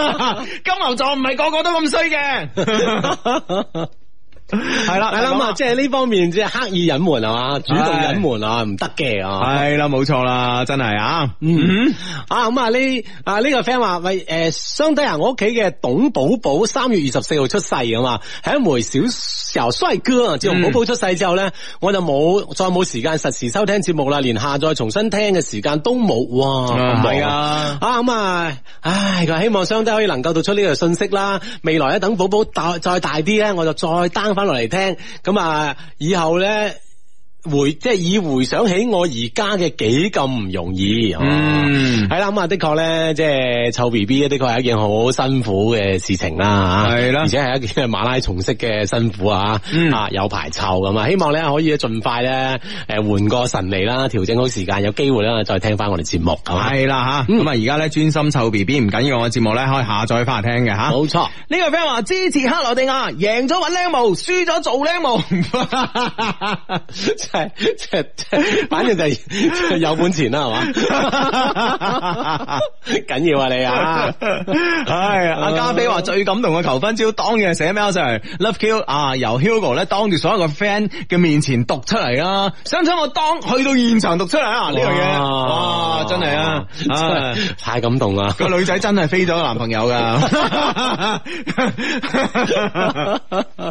金牛座唔係個個都咁衰嘅， 係 啦
係啦，咁啊，即係呢方面即係刻意隱瞞係嘛，主動隱瞞啊，唔得嘅啊。
係啦，冇錯啦，真係啊，
嗯，啊咁啊呢啊呢個 friend 話喂誒，相低啊，我屋企嘅董寶寶三月二十四號出世啊嘛，係一枚小小帥哥啊。自
嗯
從寶寶出世之後咧，我就冇再冇時間實時收聽節目啦，連下載重新聽嘅時間都冇哇，咁
啊
忙
係啊。
啊咁啊，唉，佢希望雙低可以能夠讀出呢個信息啦。未來咧，等寶寶大再大啲咧，我就再 down 翻落嚟聽。咁啊，以後咧回即係以回想起我而家嘅幾咁唔容易。係嘛
嗯
係啦，咁啊，的確咧，即係湊 B B 的確係一件好辛苦嘅事情啦，吓
係啦
而且係一件馬拉松式嘅辛苦啊，
嗯
啊有排湊咁啊，希望咧可以盡快咧，誒換個神嚟啦，調整好時間，有機會咧再聽翻我哋節目，係嘛，
系啦吓，咁啊而家咧專心湊 B B 唔緊要，我節目咧可以下載翻嚟聽嘅吓。
冇錯。
呢個 friend 話支持克羅地亞，贏咗揾靚模，輸咗做靚 模。
即係即係即係，反正就係有本啊錢啦， 係嘛？緊要啊你啊！
唉，阿加菲話最感動嘅求婚招，當然係寫 mail 上嚟，Love Q 啊，由 Hugo 咧當住所有個 friend 嘅面前讀出嚟啦。想唔想我當去到現場讀出嚟啊？呢樣嘢，哇，真係啊，
真
唉
係太感動啦！
個女仔真係飛咗個男朋友噶。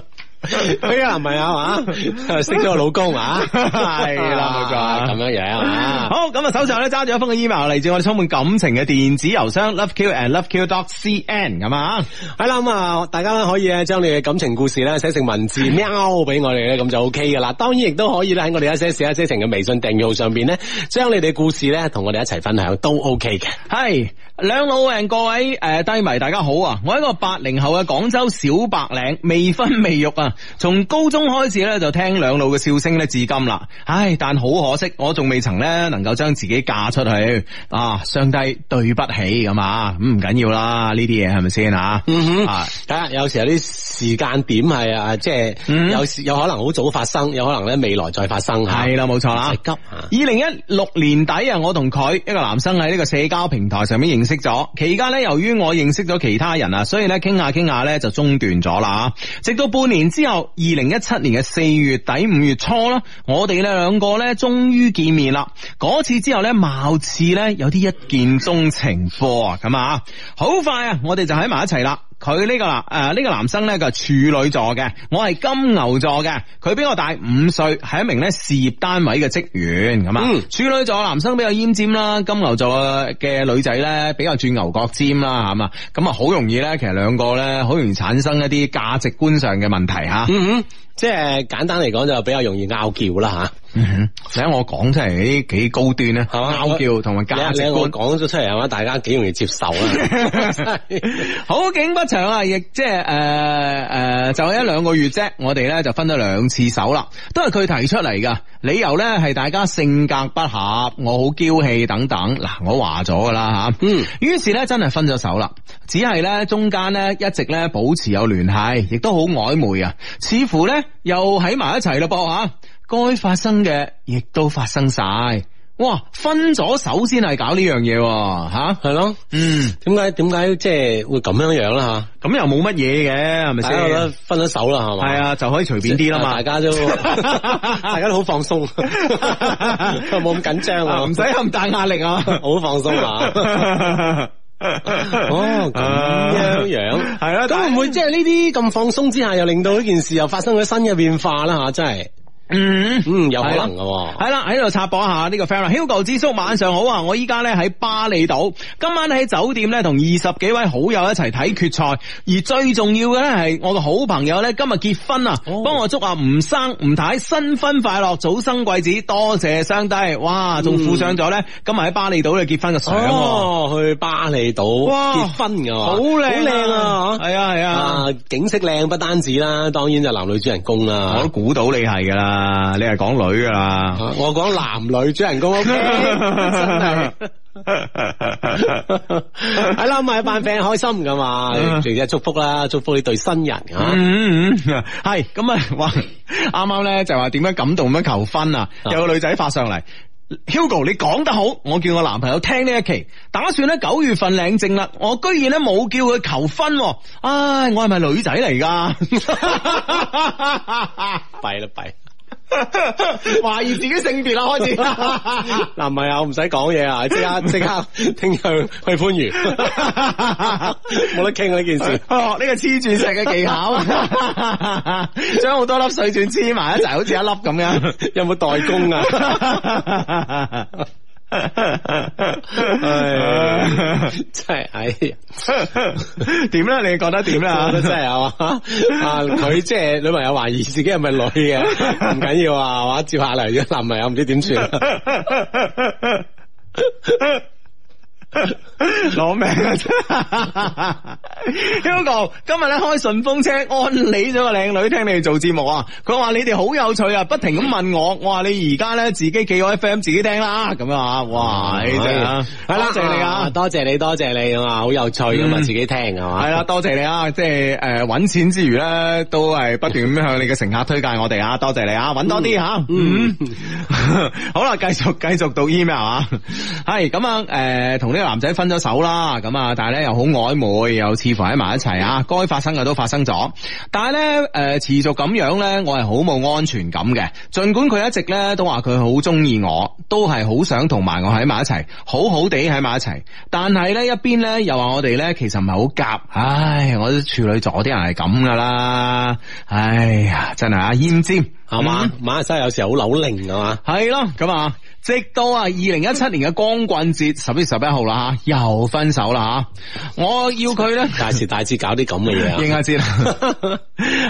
哎呀，唔係啊 嘛，識咗個老公啊，
係啦冇錯
咁樣樣啊。
好，咁啊手上咧揸住一封嘅 email 嚟自我哋充滿感情嘅電子郵箱 loveq and loveq dot cn 咁啊，
系啦，咁啊，大家咧可以咧將你嘅感情故事咧寫成文字喵俾我哋咧，咁就 O K 噶啦。當然亦都可以咧喺我哋一些事一些情嘅微信訂閱號上邊咧，將你哋故事咧同我哋一齊分享都 O K 嘅。
係兩老 and 各位誒、呃低迷大家好啊，我係一個八零後嘅廣州小白領，未婚未育啊，從高中開始咧就聽兩老嘅笑聲咧至今啦，唉，但好可惜我仲未曾咧能夠將自己嫁出去啊，相低對不起咁啊，咁唔緊要啦，呢啲嘢係咪先啊？
嗯哼
啊
睇下有時有啲時間點係啊，即係
嗯
有時有可能好早發生，有可能咧未來再發生吓。
係啦，冇錯啦。
唔使急啊
二零一六年底啊，我同佢一個男生喺呢個社交平台上面認識咗，期間呢，由於我認識咗其他人啊，所以呢，傾下傾下呢就中斷咗啦。啊直到半年之後，二零一七年嘅四月底五月初啦，我哋呢兩個呢終於見面啦。嗰次之後呢，貌似呢有啲一見鍾情貨啊咁啊，好快啊，我哋就喺埋一齊啦。佢呢個男誒呢個男生呢，佢係處女座嘅，我係金牛座嘅，佢比我大五歲，係一名呢事業單位嘅職員咁啊。
嗯
處女座男生比較奄尖啦，金牛座嘅女仔呢，比較轉牛角尖啦，係嘛，咁啊好容易呢，其實兩個呢，好容易產生一
嗯
啲價值觀上嘅問題嚇。
嗯哼，即係簡單嚟講就比較容易拗撬啦吓。
睇我講真係幾高端咧，
係嘛
拗撬同埋價值
啊你啊
觀。
我講咗出嚟係嘛，大家幾容易接 受啊！
好景不長啊，亦即係诶诶，就一兩個月啫，我哋咧就分咗兩次手啦，都係佢提出嚟噶，理由咧係大家性格不合，我好嬌氣等等。嗱，我話咗噶啦吓，
嗯，
於是咧真係分咗手啦，只係咧中間咧一直咧保持有聯繫，亦都好曖昧啊，似乎咧又喺埋一齊咯噃吓，該發生嘅亦都發生晒，哇，分咗手先係搞呢樣嘢喎吓，
係咯，
嗯。
點解點解即係會咁樣樣啦
咁又冇乜嘢嘅，係咪
吓？大家覺得
先？
分咗手啦，係嘛？
係啊，就可以隨便啲啦嘛
大。家都 大家都好放鬆， 冇咁緊張
啊
啊
唔，使咁大壓力啊！
好放鬆啊！ 哦，咁樣樣
係啦
咁會唔會即係呢啲咁放鬆之下，又令到呢件事又發生咗新嘅變化啦？吓，真係，
嗯。
嗯，有可能噶。
系啦，喺度插播一下呢個 friend 啦，Hugo 之叔晚上好啊！我依家咧喺巴厘島，今晚喺酒店咧同二十幾位好友一齊睇決賽，而最重要嘅咧係我個好朋友咧今日結婚啊，
哦
幫、我祝阿吳生吳太新婚快樂，早生貴子，多謝雙低，哇！仲附上咗咧今日喺巴厘島嘅結婚嘅相喎、
哦，去巴厘島
哇
結婚㗎嘛，
啊好靚，
好靚啊！
系啊系啊，
啊，景色靚不單止啦，當然就男女主人公
我
啦
都。估到你係噶啦，你係講女噶啦，
啊我講男女主人公，OK，真 係。係啦，咁啊，班 friend 開心噶嘛，
嗯
而且祝福啦，祝福呢對新人啊。
嗯嗯，系咁啊！哇，啱啱咧就話點樣感動咁樣求婚啊！
啊
有個女仔發上嚟。Hugo，你講得好，我叫我男朋友聽呢一期，打算咧九月份領證啦，我居然咧冇叫佢求婚喎，唉，我係咪女仔嚟 噶？
弊啦弊，
懷疑自己性別啦，開始。
嗱唔係啊，我唔使講嘢啊，即刻即刻聽日去番 禺，冇得傾啊呢件事。
哦，呢、個黐鑽石嘅技巧，啊， 將好多粒水鑽黐埋一齊，好似一粒咁樣。
有冇代 工啊？唉
唉
真係，哎呀，
點咧？你覺得點咧？
我覺得真係係嘛？啊，佢即係女朋友懷疑自己係咪女嘅，唔緊要啊，係嘛？接下嚟嘅男朋友唔知點算。啊
攞命啊！Hugo，今日咧開順風車安理咗個靚女聽你哋做節目啊！佢話你哋好有趣啊，不停咁問我，我話你而家咧自己企個 FM 自己聽啦，咁樣啊！哇，你真係啊
係啦，
多謝你啊！
多謝你，多謝你啊嘛，好有趣咁啊，
嗯
自己聽係嘛，
系啦，多謝你啊！即係诶，搵錢之餘咧，都係不斷咁向你嘅乘客推介我哋啊！多謝你啊，搵多啲吓。嗯， 好啦，繼續繼續讀 email 啊。係咁啊，诶，同呢個男仔分咗手啦，咁啊，但係咧又好曖昧，又似乎喺埋一齊啊。該發生嘅都發生咗，但係咧诶，呃持續咁樣咧，我係好冇安全感嘅。儘管佢一直咧都話佢好中意我，都係好想同埋我喺埋一齊，好好地喺埋一齊。但係咧一邊咧又話我哋咧其實唔係好夾，唉，我啲處女座啲人係咁噶啦，唉呀，真係啊，奄尖
係嘛，
嗯
馬來西亞有時候好扭擰啊 嘛。
係咯，咁啊，直到啊二零一七年嘅光棍節十月十一號啦吓，又分手啦吓，我要佢咧。
大時大節搞啲咁嘅嘢啊！
應該 知啦，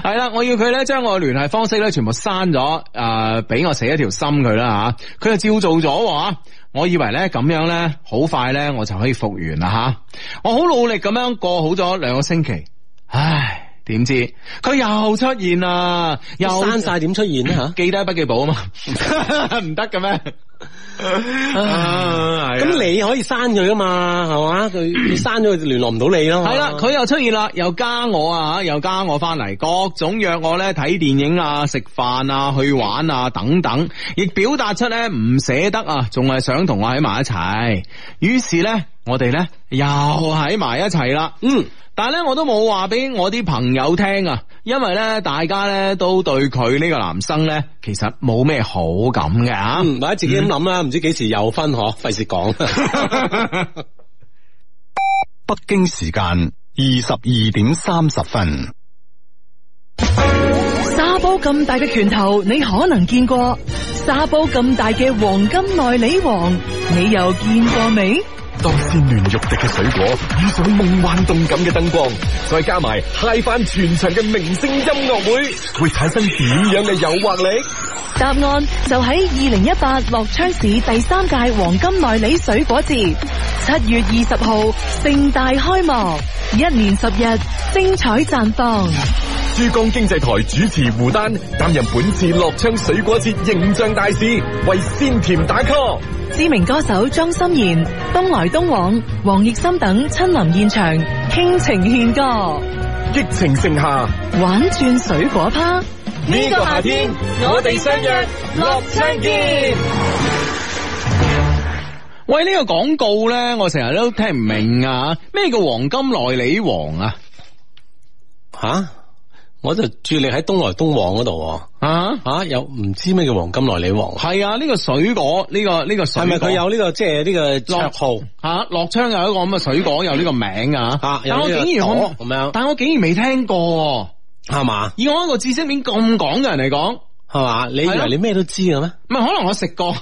係啦，我要佢咧將我聯繫方式咧全部刪咗，诶、俾我死一條心佢啦吓，佢就照做咗吓。我以為咧咁樣咧，好快咧我就可以復原啦吓。我好努力咁樣過好咗兩個星期，唉，點知佢又出現啦，又
刪晒點出現咧吓？
記低筆記簿啊 嘛，唔得嘅咩？ 啊係啊
咁你可以刪佢噶嘛，係嘛？佢佢刪咗佢就聯絡唔到你咯。
系啦，佢又出現啦，又加我啊，又加我翻嚟，各種約我咧睇電影啊、食飯啊、去玩啊等等，亦表達出咧唔捨得啊，仲係想同我喺埋一齊。於是咧，我哋咧又喺埋一齊啦。
嗯，
但系咧，我都冇話俾我啲朋友聽啊，因為咧，大家咧都對佢呢個男生咧，其實冇咩好感嘅啊。
嗯，或者自己咁諗啦，唔知幾時又分嗬，費事講。
北京時間二十二點三十分。
沙煲咁大嘅拳頭，你可能見過；沙煲咁大嘅黃金內里王，你又見過未？
當鮮嫩欲滴嘅水果遇上夢幻動感嘅燈光，再加埋嗨翻全場嘅明星音樂會，會產生點樣嘅誘惑力？
答案就喺二零一八樂昌市第三屆黃金內里水果節，七月二十號盛大開幕，一連十日精彩綻放。
珠江經濟台主持胡丹擔任本次樂昌水果節形象大使，為鮮甜打 call。
知名歌手莊心妍、東來東往、黃奕森等親臨現場傾情獻歌，
激情盛夏，
玩轉水果趴。
呢個夏天我哋相約樂昌見。
喂，呢、個廣告咧，我成日都聽唔明啊！咩叫黃金內里王啊？
吓、我就注意力喺東來東往嗰度
啊，
喎，吓有唔知咩叫黃金內里王，
係啊！呢、個水果，呢、個呢、個水
係咪佢有呢、個即係呢個綽號
吓？樂昌有一個咁嘅水果，有呢個名啊！
啊有
但我
呢個
竟然我
朵咁樣
但我竟然未聽過喎。
係嘛
以我一個知識面咁廣嘅人嚟講，
係啊嘛？你以
係咯
為你咩都知嘅咩？
唔係可能我食 過，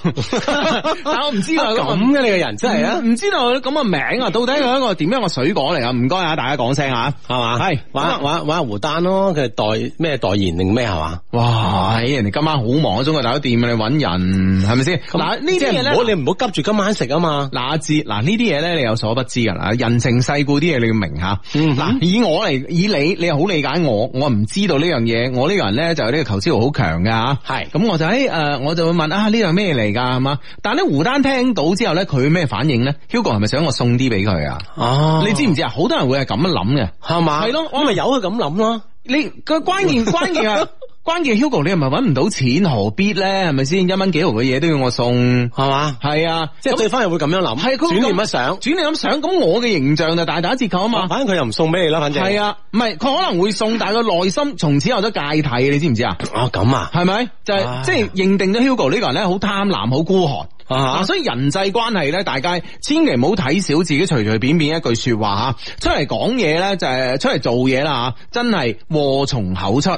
但我唔知道有個
咁嘅你個人真 係啊！
唔知道有咁嘅名啊，到底佢一個點樣嘅水果嚟啊？唔該啊，大家講聲啊！
係嘛？
係咁啊
玩玩玩胡丹咯，佢代咩代言定咩係嘛？
哇！唉人哋今晚好忙啊，中國大酒店啊，你揾人係咪先？嗱呢啲
即係
嘢
唔好你
咧。
唔好急住今晚食啊嘛。
嗱阿志，嗱呢啲嘢咧，你有所不知噶啦，人情世故啲嘢你要明吓。
嗯
嗱、以我嚟，以你，你又好理解我，我唔知道呢樣嘢，我呢個人咧就係呢個求知欲好強噶吓。
係
咁我就喺誒、呃我就會問啊呢樣咩嚟㗎係嘛？但係咧胡丹聽到之後咧，佢咩反應咧？Hugo 係咪想我送啲俾佢啊？
哦
你知唔知啊？好多人會係咁樣諗嘅。
係嘛？
係咯
我咪由佢咁諗咯。
你個關 鍵關鍵啊，關鍵 Hugo 你係咪揾唔到錢，何必咧？係咪先一蚊幾毫嘅嘢都要我送？
係嘛？
係啊，
即係對方又會咁樣諗，
係佢會
轉念
咁
一想，
轉你咁想，咁我嘅形象就大打折扣啊嘛。
反正佢又唔送俾你啦，反正
係啊，唔係佢可能會送，但係佢內心從此有咗芥蒂，你知唔知啊？
啊咁啊，
係咪？就係
唉
即係認定咗 Hugo 呢個人咧，好貪婪，好孤寒。
啊
嗱所以人際關係咧，大家千祈唔好睇小自己，隨隨便便一句說話吓，出嚟講嘢咧就係出嚟做嘢啦吓，真係禍從口出。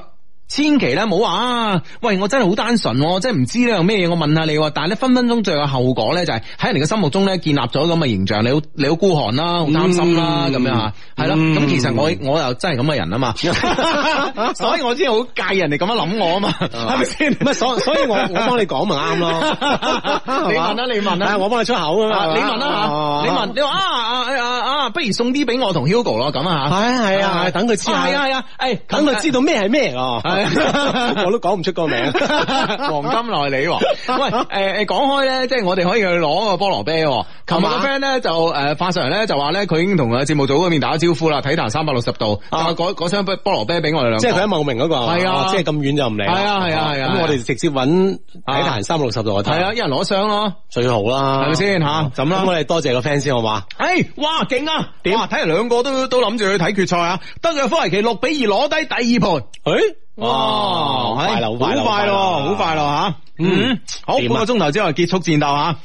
千祈咧，唔好話啊！喂，我真係好單純喎，真係唔知呢樣咩嘢，我問下你喎。但係咧，分分鐘最後後果咧，就係喺人哋嘅心目中咧，建立咗咁嘅形象，你好你好孤寒啦，好擔心啦，
嗯
咁樣啊，係咯。
嗯
咁其實我我又真係咁嘅人啊嘛， 所以我先好介意人哋咁樣諗我啊嘛，係咪先？。
唔係所所以我我幫你講咪啱咯
你問啦你問啦
啊我幫你出口啊
啊
嘛。
你問啦吓，你問你話啊啊啊啊，不如送啲俾我同 Hugo 咯，咁啊吓，
係啊係啊係等佢知
啊
下
係啊係啊，誒，
等佢知道咩係咩哦
係，
我都講唔出個名。
黃金內里喎，喂，誒、誒，講開咧，即係我哋可以去攞個菠蘿啤喎。琴日個
係嘛
friend 咧就誒、發上嚟咧就話咧，佢已經同個節目組嗰邊打咗招呼啦，體壇三百六十度，但係嗰嗰箱菠蘿啤俾我哋兩個，
即係佢喺茂名嗰個嘛
係啊
哦即係咁遠就唔嚟。哦
係啊係啊係啊
咁我哋直接揾睇
啊
壇三六十度去睇
係啊，一人攞箱咯。
最好啦，
係咪先吓
哦
咁啦
我哋多謝個 friend 先好嘛？
哎，哇，勁啊！點睇嚟兩個都都諗住去睇決賽啊！德約科維奇六比二攞低第二盤。
誒，
哇，
哦快啦，
哦哎好
啦
快咯，好快咯吓，嗯，好，半
點啊
個鐘頭之後結束戰鬥吓。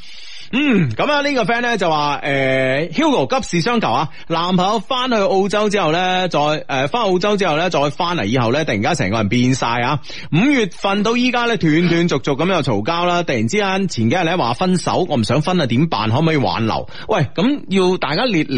嗯，咁啊呢個 friend 咧就話，诶、h u g o 急事相求啊，男朋友翻去澳洲之後咧，再诶翻、澳洲之後咧，再翻嚟以後咧，突然間成個人變晒啊！五月份到依家咧斷斷續續咁又嘈交啦，突然之間前幾日咧話分手，我唔想分啊，點辦？可唔可以挽留？喂，咁要大家列你，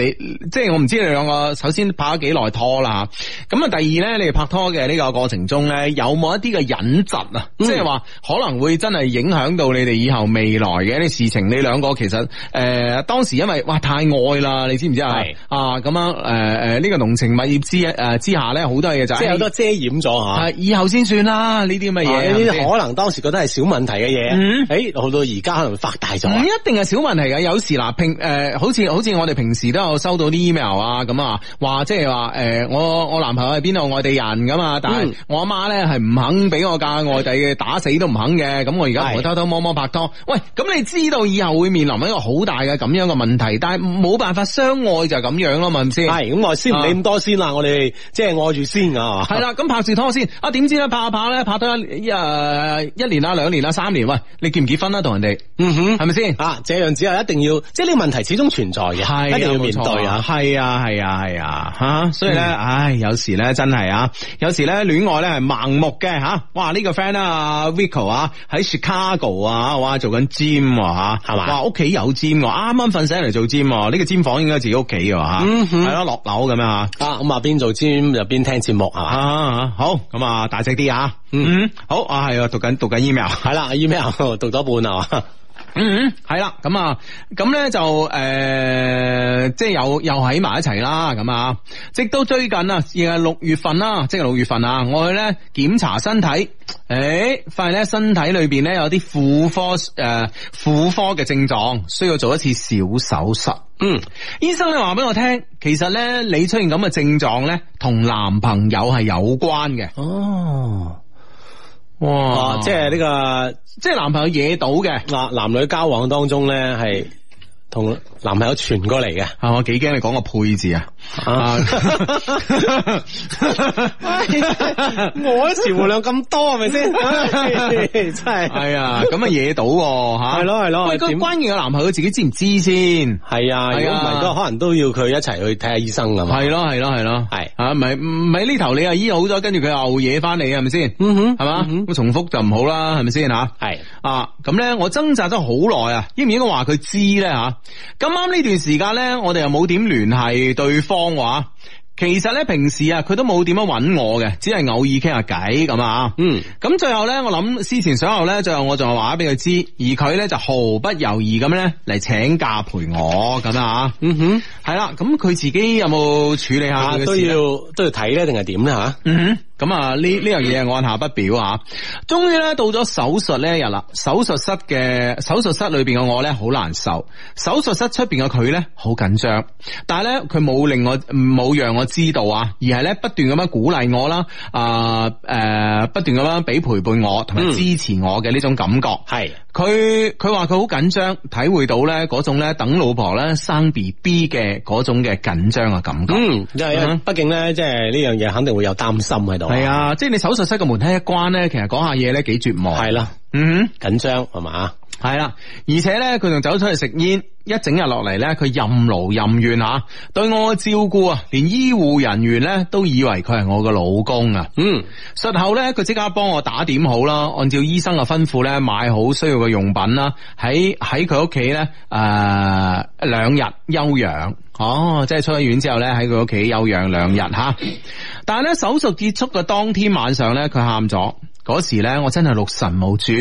即係我唔知你兩個首先拍咗幾耐拖啦，咁啊第二咧，你哋拍拖嘅呢個過程中咧，有冇一啲嘅隱疾啊？即
嗯
係話可能會真係影響到你哋以後未來嘅一啲事情。你兩個其實誒、呃、當時因為哇太愛啦，你知唔知啊
係？
啊咁樣誒誒呢個濃情蜜意之誒、呃之下咧，好多嘢就係
即係有多遮掩咗吓。
啊以後先算啦，呢啲咁嘅
啊
嘢係
呢
咪
啲
先
可能當時覺得係小問題嘅
嗯
嘢，誒，到到而家可能發大咗
唔
啊。
一定係小問題嘅，有時嗱平誒，好似好似我哋平時都有收到啲 email 啊，咁啊，話即係話誒，我我男朋友係邊度外地人咁啊，但係
嗯
我阿媽咧係唔肯俾我嫁外地嘅，打死都唔肯嘅，咁我而家同佢
係
偷偷摸摸拍拖。喂，咁你知道以後會面臨一個好大嘅咁樣嘅問題，但係冇辦法相愛就係咁樣咯，係咪先？
係咁，我先唔理咁多先啦，我哋即係愛住先啊。
係啊啦，咁拍住拖先啊？點知咧拍下拍咧，拍得一誒一年啦、兩年啦、啊三年，喂，你結唔結婚啦？同人哋
嗯哼
係咪先？
啊，這樣子係一定要，即係呢個問題始終存在
係
嘅，
啊
一定要面對啊。
係啊，係啊，係啊，吓、所以咧，
嗯
唉，有時咧真係啊，有時咧戀愛咧係盲目嘅吓、哇，呢、個 friend 啊，Vico 啊，喺 Chicago 啊，哇，做緊 gym 啊，
係
哇，
嘛
好哇，屋企有 gym 喎，啱啱瞓醒嚟做 gym，喎呢個 gym 房應該自己屋企嘅吓，
嗯哼
係咯，落樓咁樣吓。
啊，咁啊邊做 gym 就邊聽節目係嘛？
啊，好，咁啊，大隻啲啊，嗯，好啊，係啊，讀緊讀緊 email，
係啦，email 讀咗一半啊，
嗯，係啦，咁啊，咁咧就誒、呃即係又又喺埋一齊啦，咁啊，直到最近啊，亦係六月份啦，即係六月份啊，我去咧檢查身體，誒、發現咧身體裏邊咧有啲婦科誒、呃、婦科嘅症狀，需要做一次小手術。嗯，醫生咧話俾我聽，其實咧你出現咁嘅症狀咧，同男朋友係有關嘅。
哦，
哇
啊，即係呢個
即係男朋友惹到嘅。
啊男女交往當中咧係同男朋友傳過嚟嘅。
啊！我幾驚你講個配字啊！啊
我啲詞彙量咁多係咪 先？唉真係
係啊，咁啊惹到喎 吓，
係咯係咯
喂，咁
點
關鍵個男朋友自己知唔知先？
係啊，如果唔係都可能都要佢一齊去睇下醫生㗎嘛。
係咯係咯係咯，
係
啊，唔係唔係呢頭你又醫好咗，跟住佢又惹翻你係咪先？
嗯哼
係嘛，
嗯
咁重複就唔好啦，係咪先吓？
係
啊，咁咧我掙扎咗好耐啊，應唔應該話佢知咧吓？咁啱呢段時間咧，我哋又冇點聯繫對方話。其實咧，平時啊，佢都冇點樣揾我嘅，只係偶爾傾下偈咁啊。
嗯，
咁最後咧，我諗思前想後咧，最後我就話咗俾佢知，而佢咧就毫不猶豫咁咧嚟請假陪我咁啊。
嗯哼，
係啦，咁佢自己有冇處理下
啊
佢嘅
都
事呢
要都要睇咧，定係點咧吓？
嗯哼，咁啊呢呢樣嘢按下不表啊，終於咧到咗手術呢一日啦，手術室嘅手術室裏邊嘅我咧好難受，手術室出邊嘅佢咧好緊張，但係咧佢冇令我冇讓我知道啊，而係咧不斷咁樣鼓勵我啦，啊誒、呃不斷咁樣俾陪伴我同埋支持我嘅呢種感覺。
係
佢佢話佢好緊張，體會到咧嗰種咧等老婆咧生 B B 嘅嗰種嘅緊張嘅感覺。
嗯，因為
嗯
畢竟咧，即係呢樣嘢肯定會有擔心喺度。
係，啊，即係你手術室嘅門梯一關咧，其實嗰下嘢咧幾絕望。
係啦，
嗯
緊張係嘛？
哼，係啦，而且咧佢仲走出去食煙，一整日落嚟咧，佢任勞任怨吓，對我嘅照顧啊，連醫護人員咧都以為佢係我嘅老公啊。
嗯，
術後咧，佢即刻幫我打點好啦，按照醫生嘅吩咐咧，買好需要嘅用品啦，喺喺佢屋企咧，誒兩日休養。哦，即係出咗院之後咧，喺佢屋企休養兩日吓。但係咧，手術結束嘅當天晚上咧，佢喊咗。嗰時咧，我真係六神無主。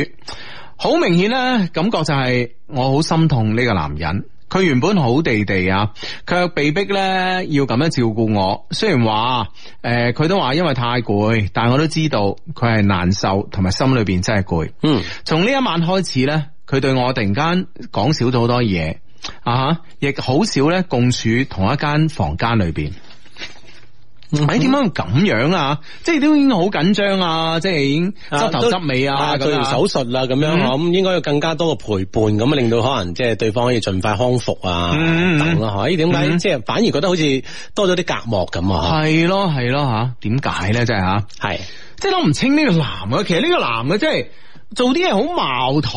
好明顯咧，感覺就係我好心痛呢個男人。佢原本好地地啊，卻被逼咧要咁樣照顧我。雖然話誒，佢、都話因為太攰，但我都知道佢係難受，同埋心裏邊真係攰。
嗯，
從呢一晚開始咧，佢對我突然間講少咗好多嘢啊哈，亦好少咧共處同一間房間裏邊。哎，點解會咁樣啊？即係都已經好緊張啊！即係已經執頭執尾啊！咁
做完
樣
手術啦，咁樣
嗯
咁應該有更加多嘅陪伴，咁啊令到可能即係對方可以盡快康復啊，
嗯嗯
等啦，嗬？咦點解
嗯
即係反而覺得好似多咗啲隔膜咁啊？
係咯係咯吓，點解咧？真係吓，
係
即係諗唔清呢個男嘅，其實呢個男嘅真係做啲嘢好矛盾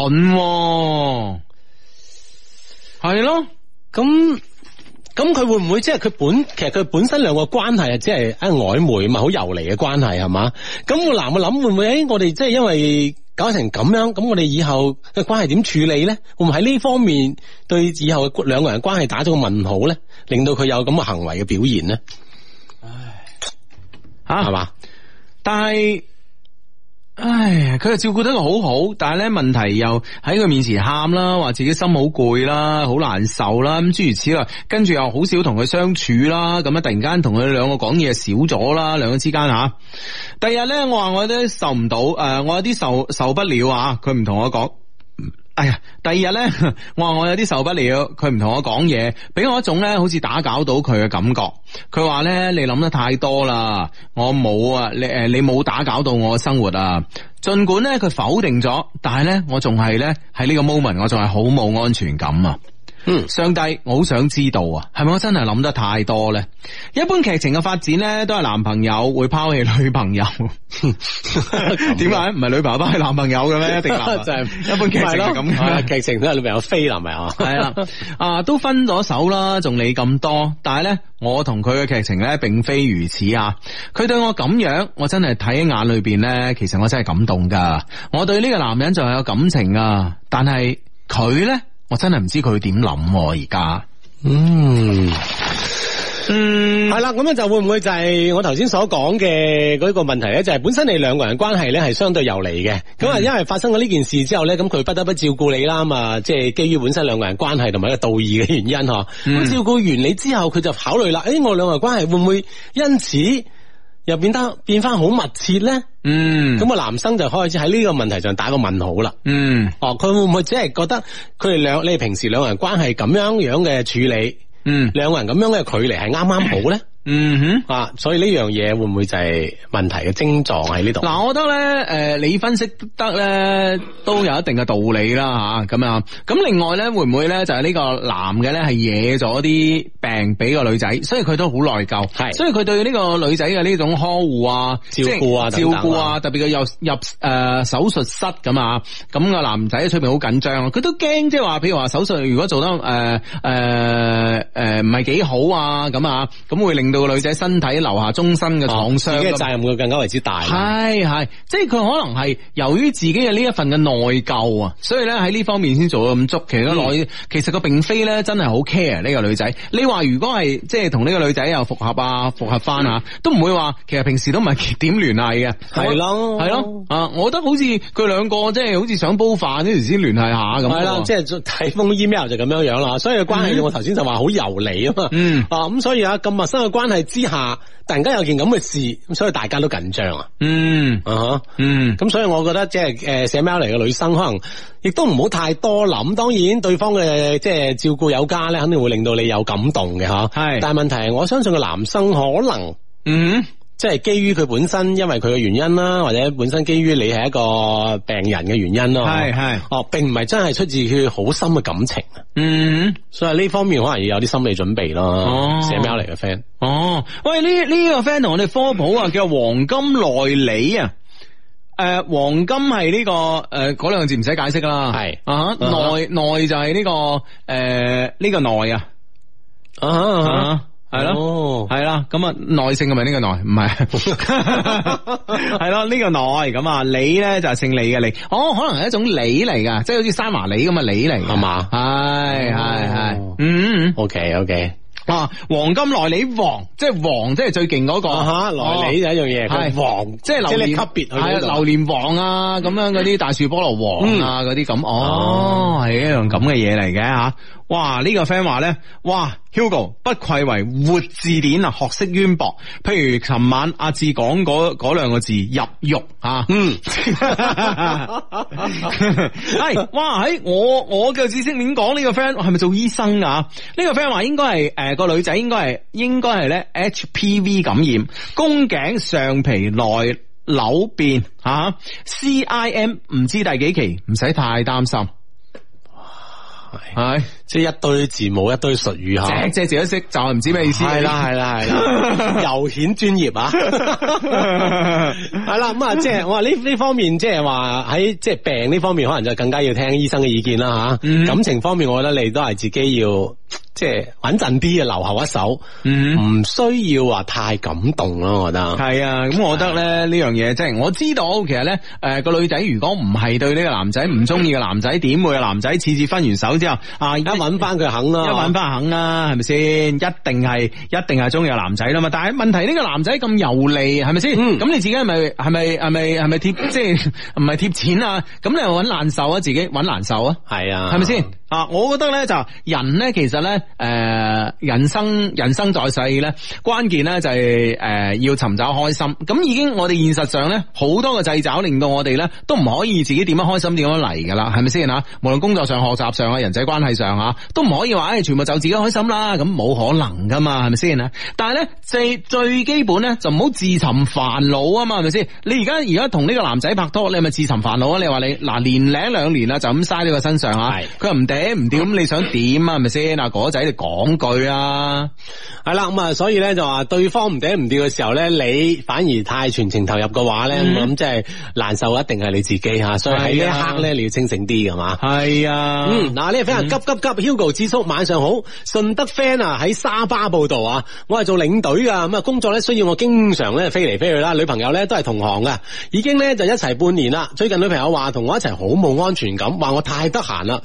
喎，係咯，
咁。咁佢會唔會即係佢本其實佢本身兩個關係啊，即係啊曖昧嘛，好游離嘅關係係嘛？咁個男嘅諗會唔會？誒，我哋即係因為搞成咁樣，咁我哋以後嘅關係點處理咧？會唔會喺呢方面對以後嘅兩個人關係打咗個問號咧？令到佢有咁嘅行為嘅表現咧，
吓
係嘛？
但係，唉，佢又照顧得佢好好，但係咧問題又喺佢面前喊啦，話自己心好攰啦，好難受啦，咁啊諸如此類，跟住又好少同佢相處啦，咁啊突然間同佢兩個講嘢少咗啦，兩個之間吓。第二日咧，我話我有啲受唔到，誒、我有啲受受不了啊，佢唔同我講。哎呀，第二日咧， 我話我有啲受不了，佢唔同我講嘢，俾我一種咧好似打攪到佢嘅感覺。佢話咧你諗得太多啦，我冇啊，你誒你冇打攪到我嘅生活啊。盡管咧佢否定咗，但係咧我仲係咧喺呢個 moment，我仲係好冇安全感啊。
嗯
上帝，我好想知道啊，係咪我真係諗得太多呢？一般劇情嘅發展呢，都係男朋友會拋棄女朋友， 點解唔係女朋友拋棄男朋友嘅咩？定男朋友
就係
一般劇情係咁
係啊
嘅。
劇情都係女朋友飛男朋友啊，
係啦，啊都分咗手啦，仲理咁多？但係呢，我同佢嘅劇情呢，並非如此啊！佢對我咁樣，我真係睇喺眼裏邊呢，其實我真係感動噶。我對呢個男人仲係有感情啊，但係佢呢，我真係唔知佢點諗喎而家。
嗯。
嗯
系啦，咁咧就會唔會就係我頭先所講嘅嗰個問題咧，就係本身你兩個人關係咧係相對游離嘅，咁啊、因為發生咗呢件事之後咧，咁佢不得不照顧你啦，咁啊即係基於本身兩個人關係同埋一個道義嘅原因嗬，咁、照顧完你之後，佢就考慮啦，誒、我兩個人關係會唔會啊因此又變得變翻好密切咧？
嗯
咁、個男生就開始喺呢個問題上打個問號啦。
嗯
哦，佢會唔會只係覺得佢哋兩你哋平時兩個人關係咁樣樣嘅處理，
嗯
兩個人咁樣嘅距離係啱啱好咧？
嗯哼。
啊，所以呢樣嘢會唔會就係問題嘅症狀喺呢度？
嗱，我覺得咧，誒、你分析得咧都有一定嘅道理啦吓，咁啊，咁另外咧，會唔會咧就係呢個男嘅咧係惹咗啲病俾個女仔，所以佢都好內疚，
係
所以佢對呢個女仔嘅呢種呵護啊、
照顧啊
即係
等等
照
啊
顧啊，特別佢入入誒、手術室咁啊，咁個男仔喺出邊好緊張啊，佢都驚即係話，譬如話手術如果做得誒誒誒唔係幾好啊，咁啊，咁會令到個女仔身體留下終身嘅創傷
自己嘅
咁啊
責任會更加為之大。
係係，即係佢可能係由於自己嘅呢一份嘅內疚啊，所以咧喺呢方面先做到咁足。其實內、
嗯
其實佢並非咧真係好 care 呢個女仔。你話如果係即係同呢個女仔又復合啊，復合翻啊，
嗯
都唔會話其實平時都唔係點聯繫嘅。
係咯
係咯，啊，我覺得好似佢兩個即係好似想煲飯呢時先聯繫下咁啊喎。
係啦，即係睇封 email 就咁樣樣啦，所以關係我頭先就話好游離啊嘛，
嗯
啊咁所以啊咁陌生嘅關係之下，突然間有件咁嘅事，咁所以大家都緊張啊，
嗯
啊哈
嗯
咁所以我覺得即係誒寫 mail 嚟嘅女生，可能亦都唔好太多諗。當然對方嘅呃即係照顧有加咧，肯定會令到你有感動嘅嚇。
係
但係問題係，我相信個男生可能。
嗯
即係基於佢本身，因為佢嘅原因啦，或者本身基於你係一個病人嘅原因咯，
係係
哦，並唔係真係出自佢好深嘅感情，啊
嗯。
所以呢方面可能要有啲心理準備咯
哦。
寫 mail 嚟嘅 friend，
哦，喂，呢呢、個 friend 同我哋科普啊，叫黃金內里啊。诶、黃金係呢、個诶嗰兩個字唔使解釋啦，
係
啊
嗯哼
內內就係呢、個诶呢、個內啊，
啊
啊係咯。
咯，
係啦，咁啊內姓嘅咪呢個內，唔係 係咯呢個內咁啊李咧就係姓李嘅李，哦可能係一種李嚟噶，即係好似山麻李咁嘅李嚟㗎，
係嘛
係係係
哦，
嗯嗯
OK OK，
嗯，啊黃金內里黃，即係黃，即係最勁嗰個，
啊哈，來你就一樣嘢，
哦係
佢黃，
即係榴
即係
蓮
你級別去到
係
呢度
啊榴蓮王啊，咁樣嗰啲大樹菠蘿王啊，嗰啲咁，哦，係一樣咁嘅嘢嚟嘅吓。哇！呢、個 friend 話咧，哇，Hugo 不愧為活字典啊，學識淵博。譬如尋晚阿志講嗰嗰兩個字入獄啊，嗯， 係哎哇，喺我我嘅知識面講呢個 friend 係咪做醫生啊？呢、個 friend 話應該係誒呃個女仔應該係應該係咧 HPV 感染，宮頸上皮內瘤變嚇、啊 CIM 唔知第幾期，唔使太擔心。係
即係一堆字母一堆術語嚇
隻。隻字都識，就係唔知咩意思。
係啦係啦 係啦，又顯專業啊！係啦，咁啊，即係我話呢呢方面，即係話喺即係病呢方面，可能就更加要聽醫生嘅意見啦吓。
嗯
感情方面，我覺得你都係自己要即係穩陣啲啊，留後一手，
嗯。
唔需要話太感動咯。我覺得
系啊，咁我覺得咧呢樣嘢，即係我知道，其實咧，诶、個女仔如果唔係對呢個男仔唔中意嘅男仔，點會個男仔次次分完手之後啊，一
而家揾翻佢肯啦，
一揾翻肯啊啦，係咪先？一定係一定係中意個男仔啦嘛。但係問題呢個男仔咁油膩，係咪先？咁、你自己係咪係咪係咪係咪貼即係唔係貼錢啊？咁你又揾難受啊，自己揾難受啊？
係啊，
係咪先？啊，我覺得咧就人咧，其實咧，诶、人生人生在世咧，關鍵咧就係呃要尋找開心。咁已經我哋現實上咧，好多嘅掣肘令到我哋咧都唔可以自己點樣開心點樣嚟噶啦，係咪先啊？無論工作上、學習上啊、人際關係上啊，都唔可以話诶、唉全部就自己開心啦，咁冇可能噶嘛，係咪先啊？但係咧最最基本咧就唔好自尋煩惱啊嘛，係咪先？你而家而家同呢個男仔拍拖，你係咪自尋煩惱啊？你話你嗱年零兩年啦，就咁嘥呢個身上啊？
係
佢又唔嗲唔屌，咁你想點啊？係咪先？嗱，嗰仔你講句啊，
系啦，咁啊，所以咧就話對方唔嗲唔吊嘅時候咧，你反而太全情投入嘅話咧，
嗯
咁、即係難受一定係你自己吓，所以喺呢
係啊
一刻咧，你要清醒啲㗎嘛。
係啊
嗯，嗱呢個 friend 急急急，Hugo 智叔晚上好，順德 friend 啊喺沙巴報道啊，我係做領隊噶，咁啊工作咧需要我經常咧飛嚟飛去啦，女朋友咧都係同行噶，已經咧就一齊半年啦。最近女朋友話同我一齊好冇安全感，話我太得閒啦，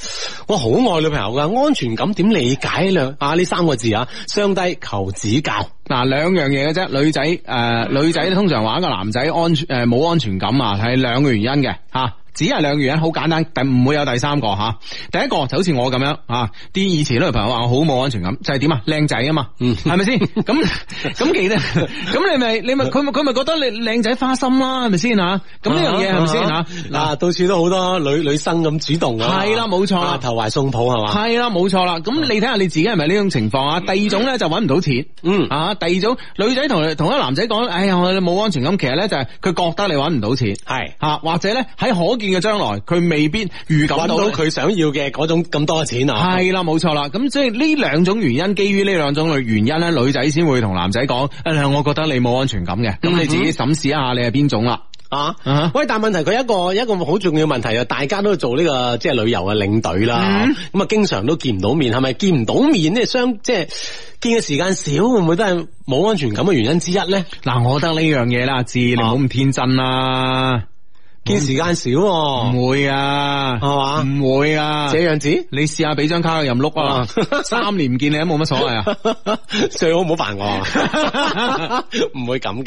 我好好愛女朋友噶，安全感點理解呢兩啊呢三個字啊？相低求指教。
嗱，兩樣嘢嘅啫，女仔誒、呃女仔通常話一個男仔安全誒冇、安全感啊，係兩個原因嘅嚇。只係兩個原因，好簡單，但唔會有第三個嚇、第一個就好似我咁樣啊，啲以前女朋友話我好冇安全感，就係點啊，靚仔啊嘛，係咪 先？咁咁記得，咁你咪你咪佢咪佢咪覺得你靚仔花心啦，係咪先嚇？咁呢樣嘢係咪先嚇？嗱
嗱，。啊到處都好多女女生咁主動啊。
啊係啦冇錯啦
啊投懷送抱係嘛？
系啦，冇錯啦。咁你睇下你自己係咪呢種情況啊？第二種咧就揾唔到錢，
嗯
啊，第二種女仔同同一個男仔講，哎呀，我冇安全感，其實咧就係佢覺得你揾唔到錢，
係
吓、或者咧喺可見嘅將來，佢未必預
揾
感
到
到你
佢想要嘅嗰種咁多嘅錢啊。
係啦，冇錯啦。咁即係呢兩種原因，基於呢兩種類原因咧，女仔先會同男仔講，誒，我覺得你冇安全感嘅。咁你自己審視一下，你係邊種啦。
啊
啊！
喂，但問題佢一個一個好重要問題就大家都做呢、個即係旅遊嘅領隊啦，
嗯
咁啊、經常都見唔到面，係咪見唔到面呢？相即係見嘅時間少，會唔會都係冇安全感嘅原因之一咧？
嗱，我覺得呢樣嘢啦，阿志，你唔好咁天真啦，
見時間少喎、
唔會啊，
係嘛
唔會啊，
這樣子
你試下俾張卡佢任碌啊， 三年唔見你都冇乜所謂啊。
最好唔好煩我， 唔會咁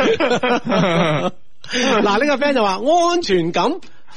嘅。嗱，呢個 friend 就話安全感。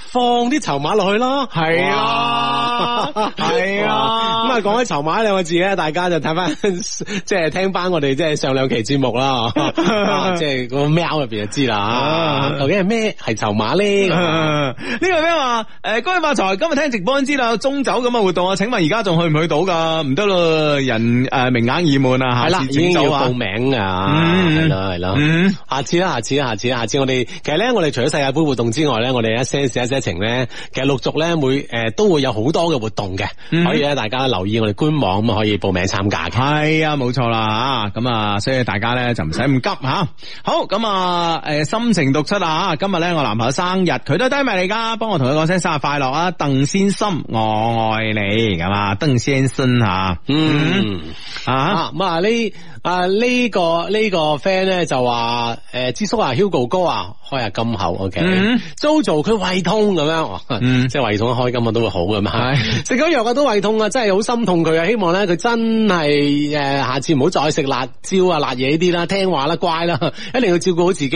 放啲籌碼落去咯，
係啊
哇
係啊
咁啊，講起籌碼兩個字咧，大家就睇翻， 即係聽翻我哋即係上兩期節目啦， 啊即係個喵入邊就知啦，啊究竟係咩係籌碼咧？咁啊
呢個咩話？誒，恭喜發財！今日聽直播先知啦，有中酒咁嘅活動啊，請問而家仲去唔去到噶？唔得咯，人誒名額已滿啊，
係
下
啦，
次
已經
整
要
酒啊
報。名啊，
嗯
係啦係啦
嗯，
下次啦，下次啦，下次啦，下次我哋其實咧，我哋除咗世界盃活動之外咧，我哋一些事一些情咧，其實陸續咧每誒都會有好多嘅活動嘅，
嗯
可以咧大家留意我哋官網咁啊可以報名參加嘅。
係啊，冇錯啦吓，咁啊，所以大家咧就唔使咁急吓、好，咁啊，诶，心情讀出啊，今日咧我男朋友生日，佢都係低迷嚟噶，幫我同佢講聲生日快樂啊，鄧先生，我愛你，咁啊，鄧先生吓，
嗯。
啊，
啊咁啊呢啊呢個呢個 friend 咧就話誒支叔啊 Hugo 哥啊開下金口 OK
嗯
Jojo 佢胃痛咁樣，哇
嗯
即係胃痛開金啊都會好咁啊
係，
食咗藥啊都胃痛啊，真係好心痛佢啊！希望咧佢真係誒下次唔好再食辣椒啊辣嘢呢啲啦，聽話啦乖啦， 一定要照顧好自己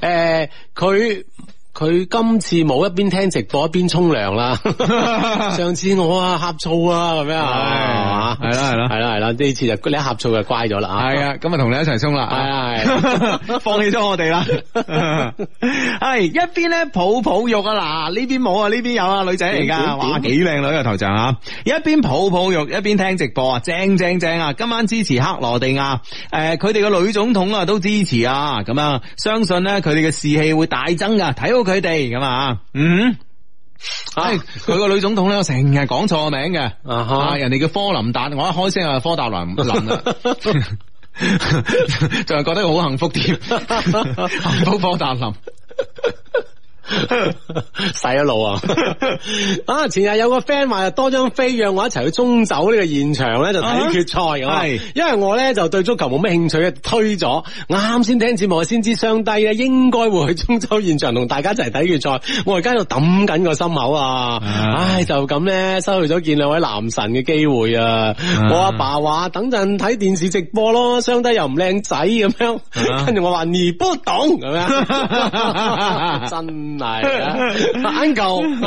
誒佢。佢今次冇一邊聽直播一邊沖涼啦， 上次我啊呷醋啊咁樣啊，
係係啦係啦
係啦係啦，呢次就你一呷醋就乖咗啦啊，
係啊，咁啊同你一齊衝啦，
係啊 係啊
放棄咗我哋 啦，係一邊咧抱抱肉啊，嗱呢邊冇啊，呢邊有啊，女仔嚟
點
噶，
點
哇幾靚女啊頭像啊，一邊抱抱肉一邊聽直播啊，正正正啊，今晚支持克羅地亞，誒佢哋嘅女總統啊都支持啊，咁啊相信咧佢哋嘅士氣會大增噶，睇好佢哋咁啊，嗯。唉，佢個女總統咧，我成日講錯個名嘅，
啊哈
人哋叫科林達，我一開聲就係科達林林 啦。就係覺得好幸福 添，幸福科達林。
洗咗腦啊！啊，前日有個 friend 話多張飛約我一齊去中酒呢個現場咧，就睇決賽咁啊
係。
因為我咧就對足球冇咩興趣嘅，推咗。啱先聽節目先知雙低咧，應該會去中酒現場同大家一齊睇決賽。我而家喺度揼緊個心口啊！唉，就咁咧，失去咗見兩位男神嘅機會啊！我阿爸話等陣睇電視直播咯，雙低又唔靚仔咁樣，跟住我話你不懂咁 樣，真係啊！Uncle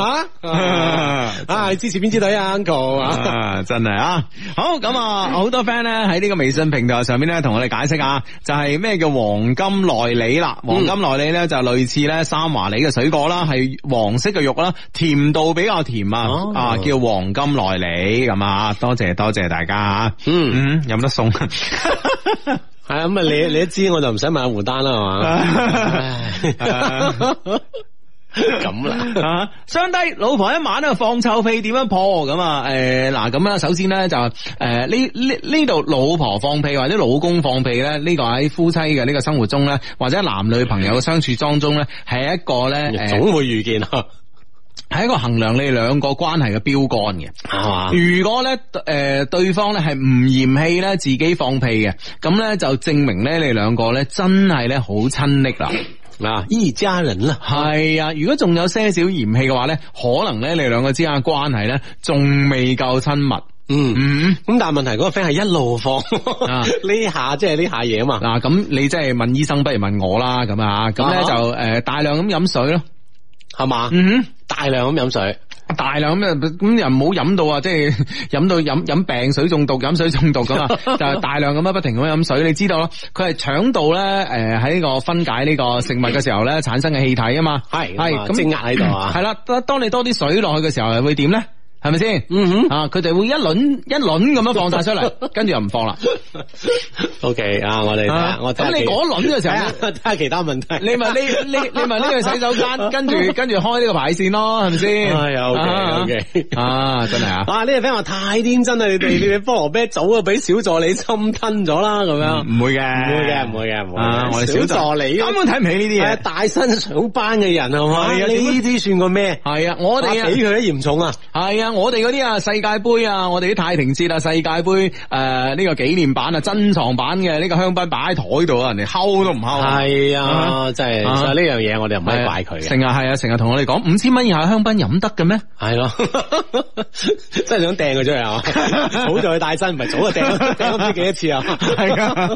啊，啊，你支持邊支隊啊，Uncle 啊？
啊，真係啊！好咁啊，好多 friend 咧喺呢個微信平台上面咧，同我哋解釋啊，就係咩叫黃金內里啦？嗯黃金內里咧就類似咧三華李嘅水果啦，係黃色嘅肉啦，甜度比較甜啊，
哦
啊叫黃金內里咁啊！多謝多謝大家啊！
嗯
嗯，有冇得送？
系啊，咁啊， 你你一知我就唔使問阿胡丹啦，係嘛？咁啦，
啊，相低老婆一晚啊放臭屁點樣破咁啊？誒嗱咁啦，首先咧就誒呢呢呢度老婆放屁或者老公放屁咧，呢、個喺夫妻嘅呢個生活中咧，或者男女朋友嘅相處當中咧，係一個咧誒
總會遇 見啊，
係一個衡量你哋兩個關係嘅標杆嘅。
係嘛？
如果咧，誒、呃、對方咧係唔嫌棄咧自己放屁嘅，咁咧就證明咧你兩個咧真係咧好親昵啦。
啊，依家人啦，
系啊，如果仲有些少嫌弃嘅话咧，可能咧你两个之间嘅关系咧仲未够亲密。
嗯。
嗯，
咁但系问题嗰個 friend 係一路放
啊
呢下，即係呢下嘢啊嘛。
嗱咁你即系问医生，不如问我啦，咁啊，咁咧
啊哈
就诶大量咁饮水咯。
係嘛？
嗯哼。
大量咁飲水，
大量咁啊咁又唔好飲到啊，即係 飲到飲飲病水中毒、飲水中毒咁 啊，就係大量咁樣不停咁樣飲水。你知道咯，佢係腸道咧誒喺呢個分解呢個食物嘅時候咧產生嘅氣體啊嘛，
係咁啊
係咁
積壓喺度 啊
係啦，當當你多啲水落去嘅時候，會點咧？係咪先？
嗯
啊，佢哋會一輪一輪咁樣放晒出 嚟，跟住又唔放啦。
哼，OK 啊，我哋睇下
啊
我睇下
咁你
其
嗰輪嘅時
睇
候
下。睇下其他問題，
你咪呢呢你咪呢個洗手間，跟住跟住開呢個牌線咯，係咪先？
哎呀，OK，
啊
OK
啊，真係啊！
啊！呢個 friend 話太天真啦，你哋你哋菠蘿啤早就俾小助理侵吞咗啦，咁
嗯
樣
唔會嘅，
唔會嘅，唔會嘅，唔會
啊
嘅。
我哋小助
小助理
根本睇唔起呢啲
係啊
嘢。
大身上班嘅人係嘛？
係啊
呢
點會
啲算個咩？
系啊，我哋
我哋俾
啊，
佢都嚴重啊！
系啊，我哋嗰啲啊世界杯啊，我哋啲太平節啊世界杯诶呢個紀念版啊珍藏版嘅呢個香檳擺喺台度啊，人哋睺都唔
哦
睺。
係啊，
啊
真係
啊
所以呢樣嘢我哋唔可以怪佢嘅。
成日係啊，成日同我哋講五千蚊以下香檳飲得嘅 咩？
系咯， 真系想掟佢出去啊！好在佢帶身，唔係早就掟，掟咗唔知幾多次啊！
係啊，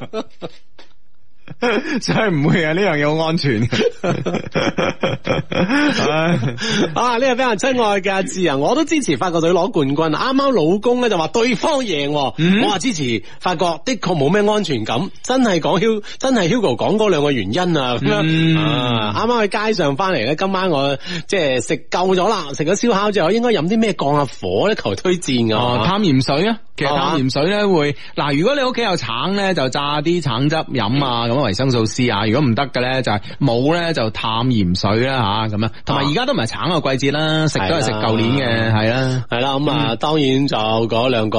真係唔會啊！呢樣嘢好安全。
啊，呢個非常親愛嘅阿志啊，我都支持法國隊攞冠軍。啊啱啱老公咧就話對方贏喎，
嗯
我話支持法國，的確冇咩安全感。真係講 Hug，真係 Hugo 講嗰兩個原因啊。咁
嗯
樣啊啱啱喺街上翻嚟咧，今晚我即係食夠咗啦，食咗燒烤之後，應該飲啲咩降下火咧？求推薦
哦，
啊！
淡鹽水啊，其
哦
實
係嘛
淡鹽水咧會嗱，如果你屋企有橙咧，就榨啲橙汁飲啊，
嗯
咁維生素 C 啊。如果唔得嘅咧，就係冇咧就淡鹽水啦吓，咁樣。
啊
同埋而家都唔係橙嘅季節啦，食都係食舊年嘅，係啦。
係啦，咁
嗯
啊，當然就嗰兩個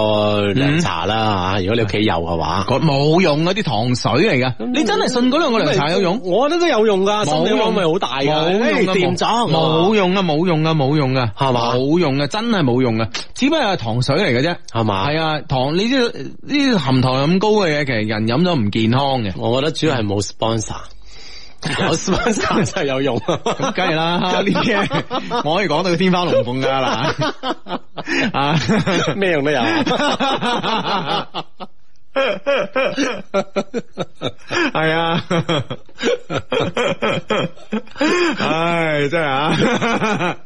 涼茶啦吓，
嗯
如果你屋企有嘅話。
嗰冇用嗰啲糖水嚟噶，你真係信嗰兩個涼茶有用？
我覺得都有用㗎，心理安慰好大㗎，
冇用
誒掂咗
冇用啊，冇用啊，冇用啊，
係嘛
冇用啊，真係冇用啊，只不過係糖水嚟嘅啫。
係嘛？
係啊，糖你知道呢啲含糖量咁高嘅嘢，其實人飲咗唔健康嘅。
我覺得主要係冇 sponsor，有 sponsor 就有用。
咁梗係啦， 呢啲嘢 我可以講到天花龍鳳噶啦， 啊
咩用都有，
係啊，唉，真係啊，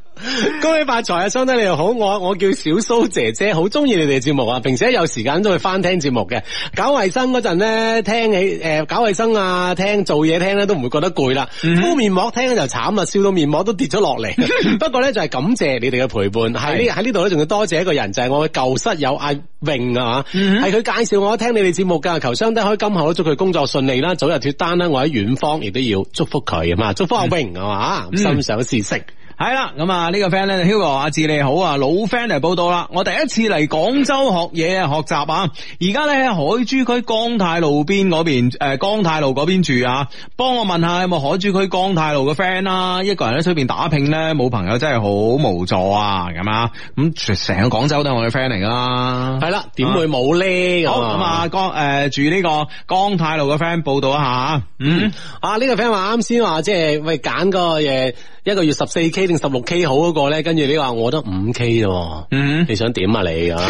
恭喜發財啊！相低你又好，我我叫小蘇姐姐，好中意你哋節目啊！平時有時間都會翻聽節目嘅。搞衞生嗰陣咧，聽起誒、呃搞衞生啊，聽做嘢聽咧都唔會覺得攰啦。敷面膜聽就慘啦，笑到面膜都跌咗落嚟。不過咧就係感謝你哋嘅陪伴，喺呢喺呢度咧仲要多謝一個人，就係、我嘅舊室友阿榮啊，係佢介紹我聽你哋節目㗎。求相低開金口，祝佢工作順利啦，早日脫單啦。我喺遠方亦都要祝福佢啊嘛，祝福阿榮啊嘛，心想事成。
係啦，咁啊呢個 friend 咧，Hugo 阿志你好啊，老 friend 嚟報道啦，我第一次嚟廣州學嘢啊，學習啊，而家咧喺海珠區江泰路邊嗰邊，誒、江泰路嗰邊住啊，幫我問下有冇海珠區江泰路嘅 friend 啦，啊一個人喺出邊打拼咧，冇朋友真係好無助啊，咁啊，咁成個廣州都係我嘅 friend 嚟㗎啦
系。啦，點會冇咧？
好咁啊，江誒、住呢個江泰路嘅 friend 報道一下啊，嗯。
啊呢個 friend 話啱先話即係喂揀個誒一個月十四 K 定十六 K 好嗰個咧，跟住你話我得五 K 啫，
嗯
你想點啊你啊？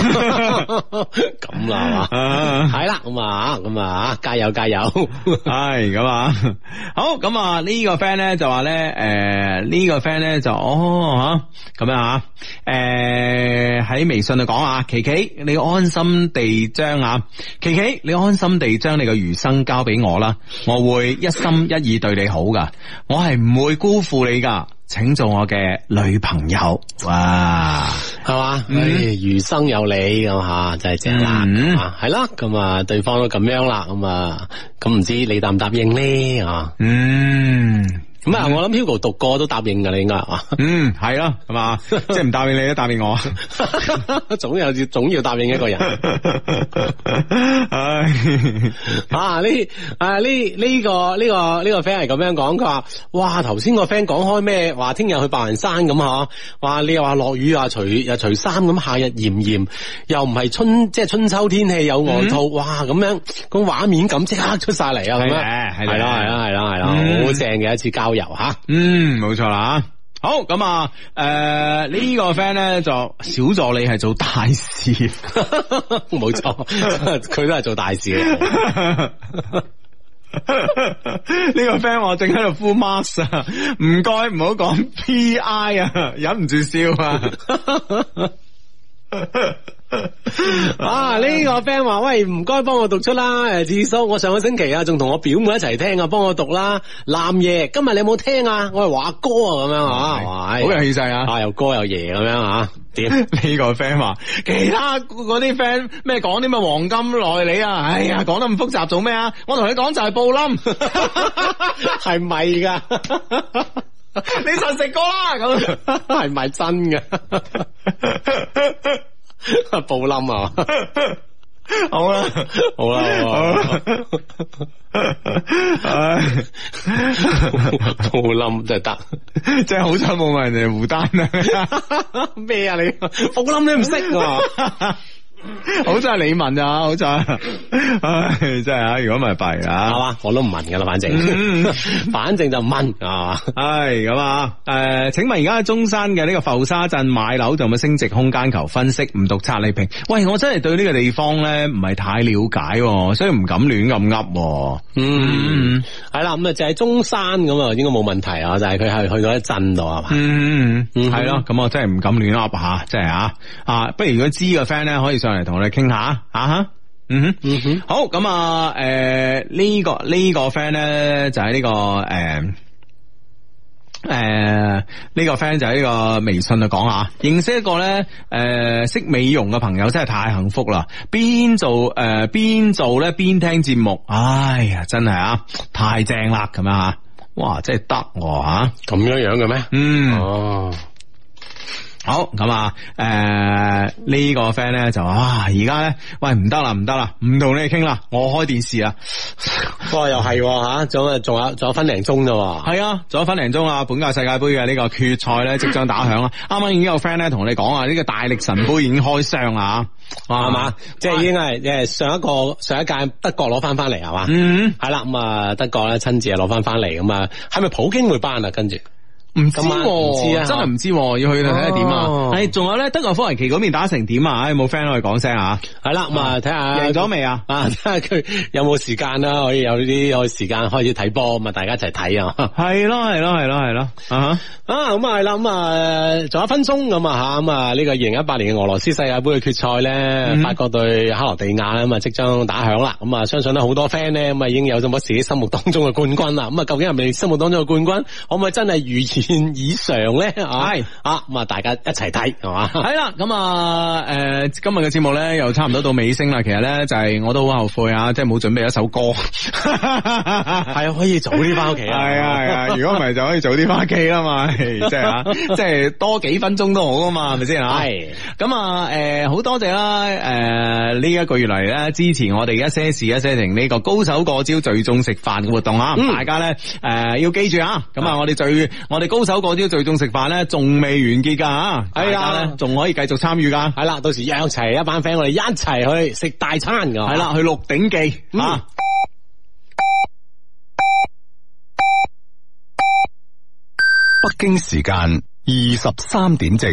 咁啦係嘛，
啊
係啦咁啊咁啊加油加油！
系咁啊， 好咁啊呢個 friend 咧就話咧，诶、呢、個 friend 咧就哦吓咁樣啊，诶、喺微信度講啊，琪琪你安心地將啊，琪琪你安心地將你嘅餘生交俾我啦，我會一心一意對你好噶，我係唔會辜負你噶，請做我嘅女朋友，哇！
係嘛，
嗯
唉餘生有你咁吓，真係正啦，
嗯
啊係啦，咁啊對方都咁樣啦，咁啊咁唔知你答唔答應咧啊？
嗯。
咁啊，我諗 Hugo 讀過都答應噶，你應該係嘛？
嗯，係咯，係嘛，即係唔答應你都答應我。
總有總要答應一個人。
唉，
啊呢啊呢呢個呢、個呢、個 friend 係咁樣講，佢話：哇頭先個 friend 講開咩話，聽日去白雲山咁嗬，話你又話落雨啊，除又除衫咁，夏日炎炎，又唔係春即係春秋天氣有外套，哇咁樣個畫面感即刻出晒嚟啊咁樣，
係嘅係嘅
係啦係啦係啦係
嗯
啦，好正嘅一次交郊遊吓。
嗯，冇錯啦。好咁啊，诶、呢、個 friend 咧就小助理係做大事，
冇錯，佢都係做大事嘅。
呢個 friend 我正喺度敷 mask 啊，唔該唔好講 PI 啊，忍唔住笑啊。
啊！呢、個 friend 話：喂，唔該幫我讀出啦。誒，智叔，我上個星期啊，仲同我表妹一齊聽啊，幫我讀啦。南夜，今日你有冇聽啊？我係華哥啊，咁樣啊，
好
哇
有氣勢啊！
啊，又哥又爺咁樣啊，點？
呢個 friend 話，其他嗰啲 friend 咩講啲咩黃金內里啊，哎呀，講得咁複雜做咩啊？我同你講就係布冧，
係咪噶？
你實食過啦咁。
係咪真噶？ 布冧啊！
好啦，
好啦，
好啦，唉，
布冧真係得。
真係好彩冇問人哋胡丹 啊！
咩 啊你？布冧你唔識啊？
好彩係你問咋，好彩，唉，真係啊！如果唔係弊
係
啊。
嘛？我都唔問噶啦，反正
嗯，
反正就問啊。
唉，咁啊，诶、請問而家喺中山嘅呢個浮沙鎮買樓仲有冇升值空間？求分析，唔讀拆你評。喂，我真係對呢個地方咧唔係太了解喎，所以唔敢亂咁噏喎。
嗯，系啦，咁啊就係中山咁啊，應該冇問題啊，就係佢係去到一鎮度係嘛，
嗯，
嗯
係咯，咁我真係唔敢亂噏吓，真係啊啊！不如如果知嘅 friend 咧，可以上嚟同我哋傾下啊哈嗯哼，
嗯哼，
好咁啊，诶、呢、個呢、個 friend 咧就喺呢、個诶。诶，呃呢、個 friend 就喺呢個微信度講啊，認識一個咧诶、誒識美容嘅朋友真係太幸福啦！邊做诶邊、做咧邊聽節目，哎呀真係啊太正啦咁樣啊！哇真係得我吓，
咁樣樣嘅咩？
嗯。
哦，
好咁啊，诶、呢、個 friend 咧就啊，而家咧喂唔得啦，唔得啦，唔同你哋傾啦，我開電視啊，
哇，又係喎吓，仲有仲有仲有分零鐘咋喎，
係啊，仲有分零鐘啊，本屆世界盃嘅呢個決賽咧即將打響啦， 啱啱已經有 friend 咧同你講啊，呢、個大力神杯已經開箱啊啦，
係嘛？即係已經係即係上一個上一屆德國攞翻翻嚟係嘛？
嗯，
係啦，咁啊德國咧親自攞翻翻嚟，咁啊係咪普京會班啊？跟住
唔知
今晚唔
喎，
知啊
真係唔知喎，要去睇下點啊，
哦
係仲、有咧德國科維奇嗰邊打成點啊，唉冇 friend 可以講聲啊，
係啦，咁啊睇下
贏咗未啊？
啊， 睇下佢有冇時間啦，可以有呢啲有時間開始睇波，咁啊大家一齊睇啊。
係咯係咯係咯係咯，啊哈
啊，咁啊係啦，咁啊，仲有一分鐘咁啊吓，咁啊呢個二零一八年嘅俄羅斯世界盃嘅決賽咧，
嗯
法國對克羅地亞咧，咁啊即將打響啦，咁啊相信咧好多 friend 咧，咁啊已經有咗自己心目當中嘅冠軍啦，咁啊究竟係咪心目當中嘅冠軍，可唔可以真係如願以償咧？啊
係
啊，咁啊大家一齊睇係嘛，
系啦，咁啊，诶、今日嘅節目咧又差唔多到尾聲啦。其實咧就係我都好後悔啊，即係冇準備一首歌。係
係啊，可以早啲翻屋企
啊係啊，如果唔係就可以早啲翻屋企啦 嘛，係即係啊，即係多幾分鐘都好啊嘛，係咪先啊？
係
咁啊，诶、好多謝啦，诶、呢一個月嚟咧支持我哋一些事一些情呢個高手過招聚眾食飯嘅活動啊，
嗯
大家咧诶、誒要記住啊，咁啊，我哋聚我哋高手過招聚眾食飯咧仲未完結㗎啊，
係啊
大家呢仲可以繼續參與㗎。
係啦，到時約齊一班 friend，我哋一齊去食大餐㗎，
系啦，去《鹿鼎記》
嗯
啊。
北京时间二十三点正。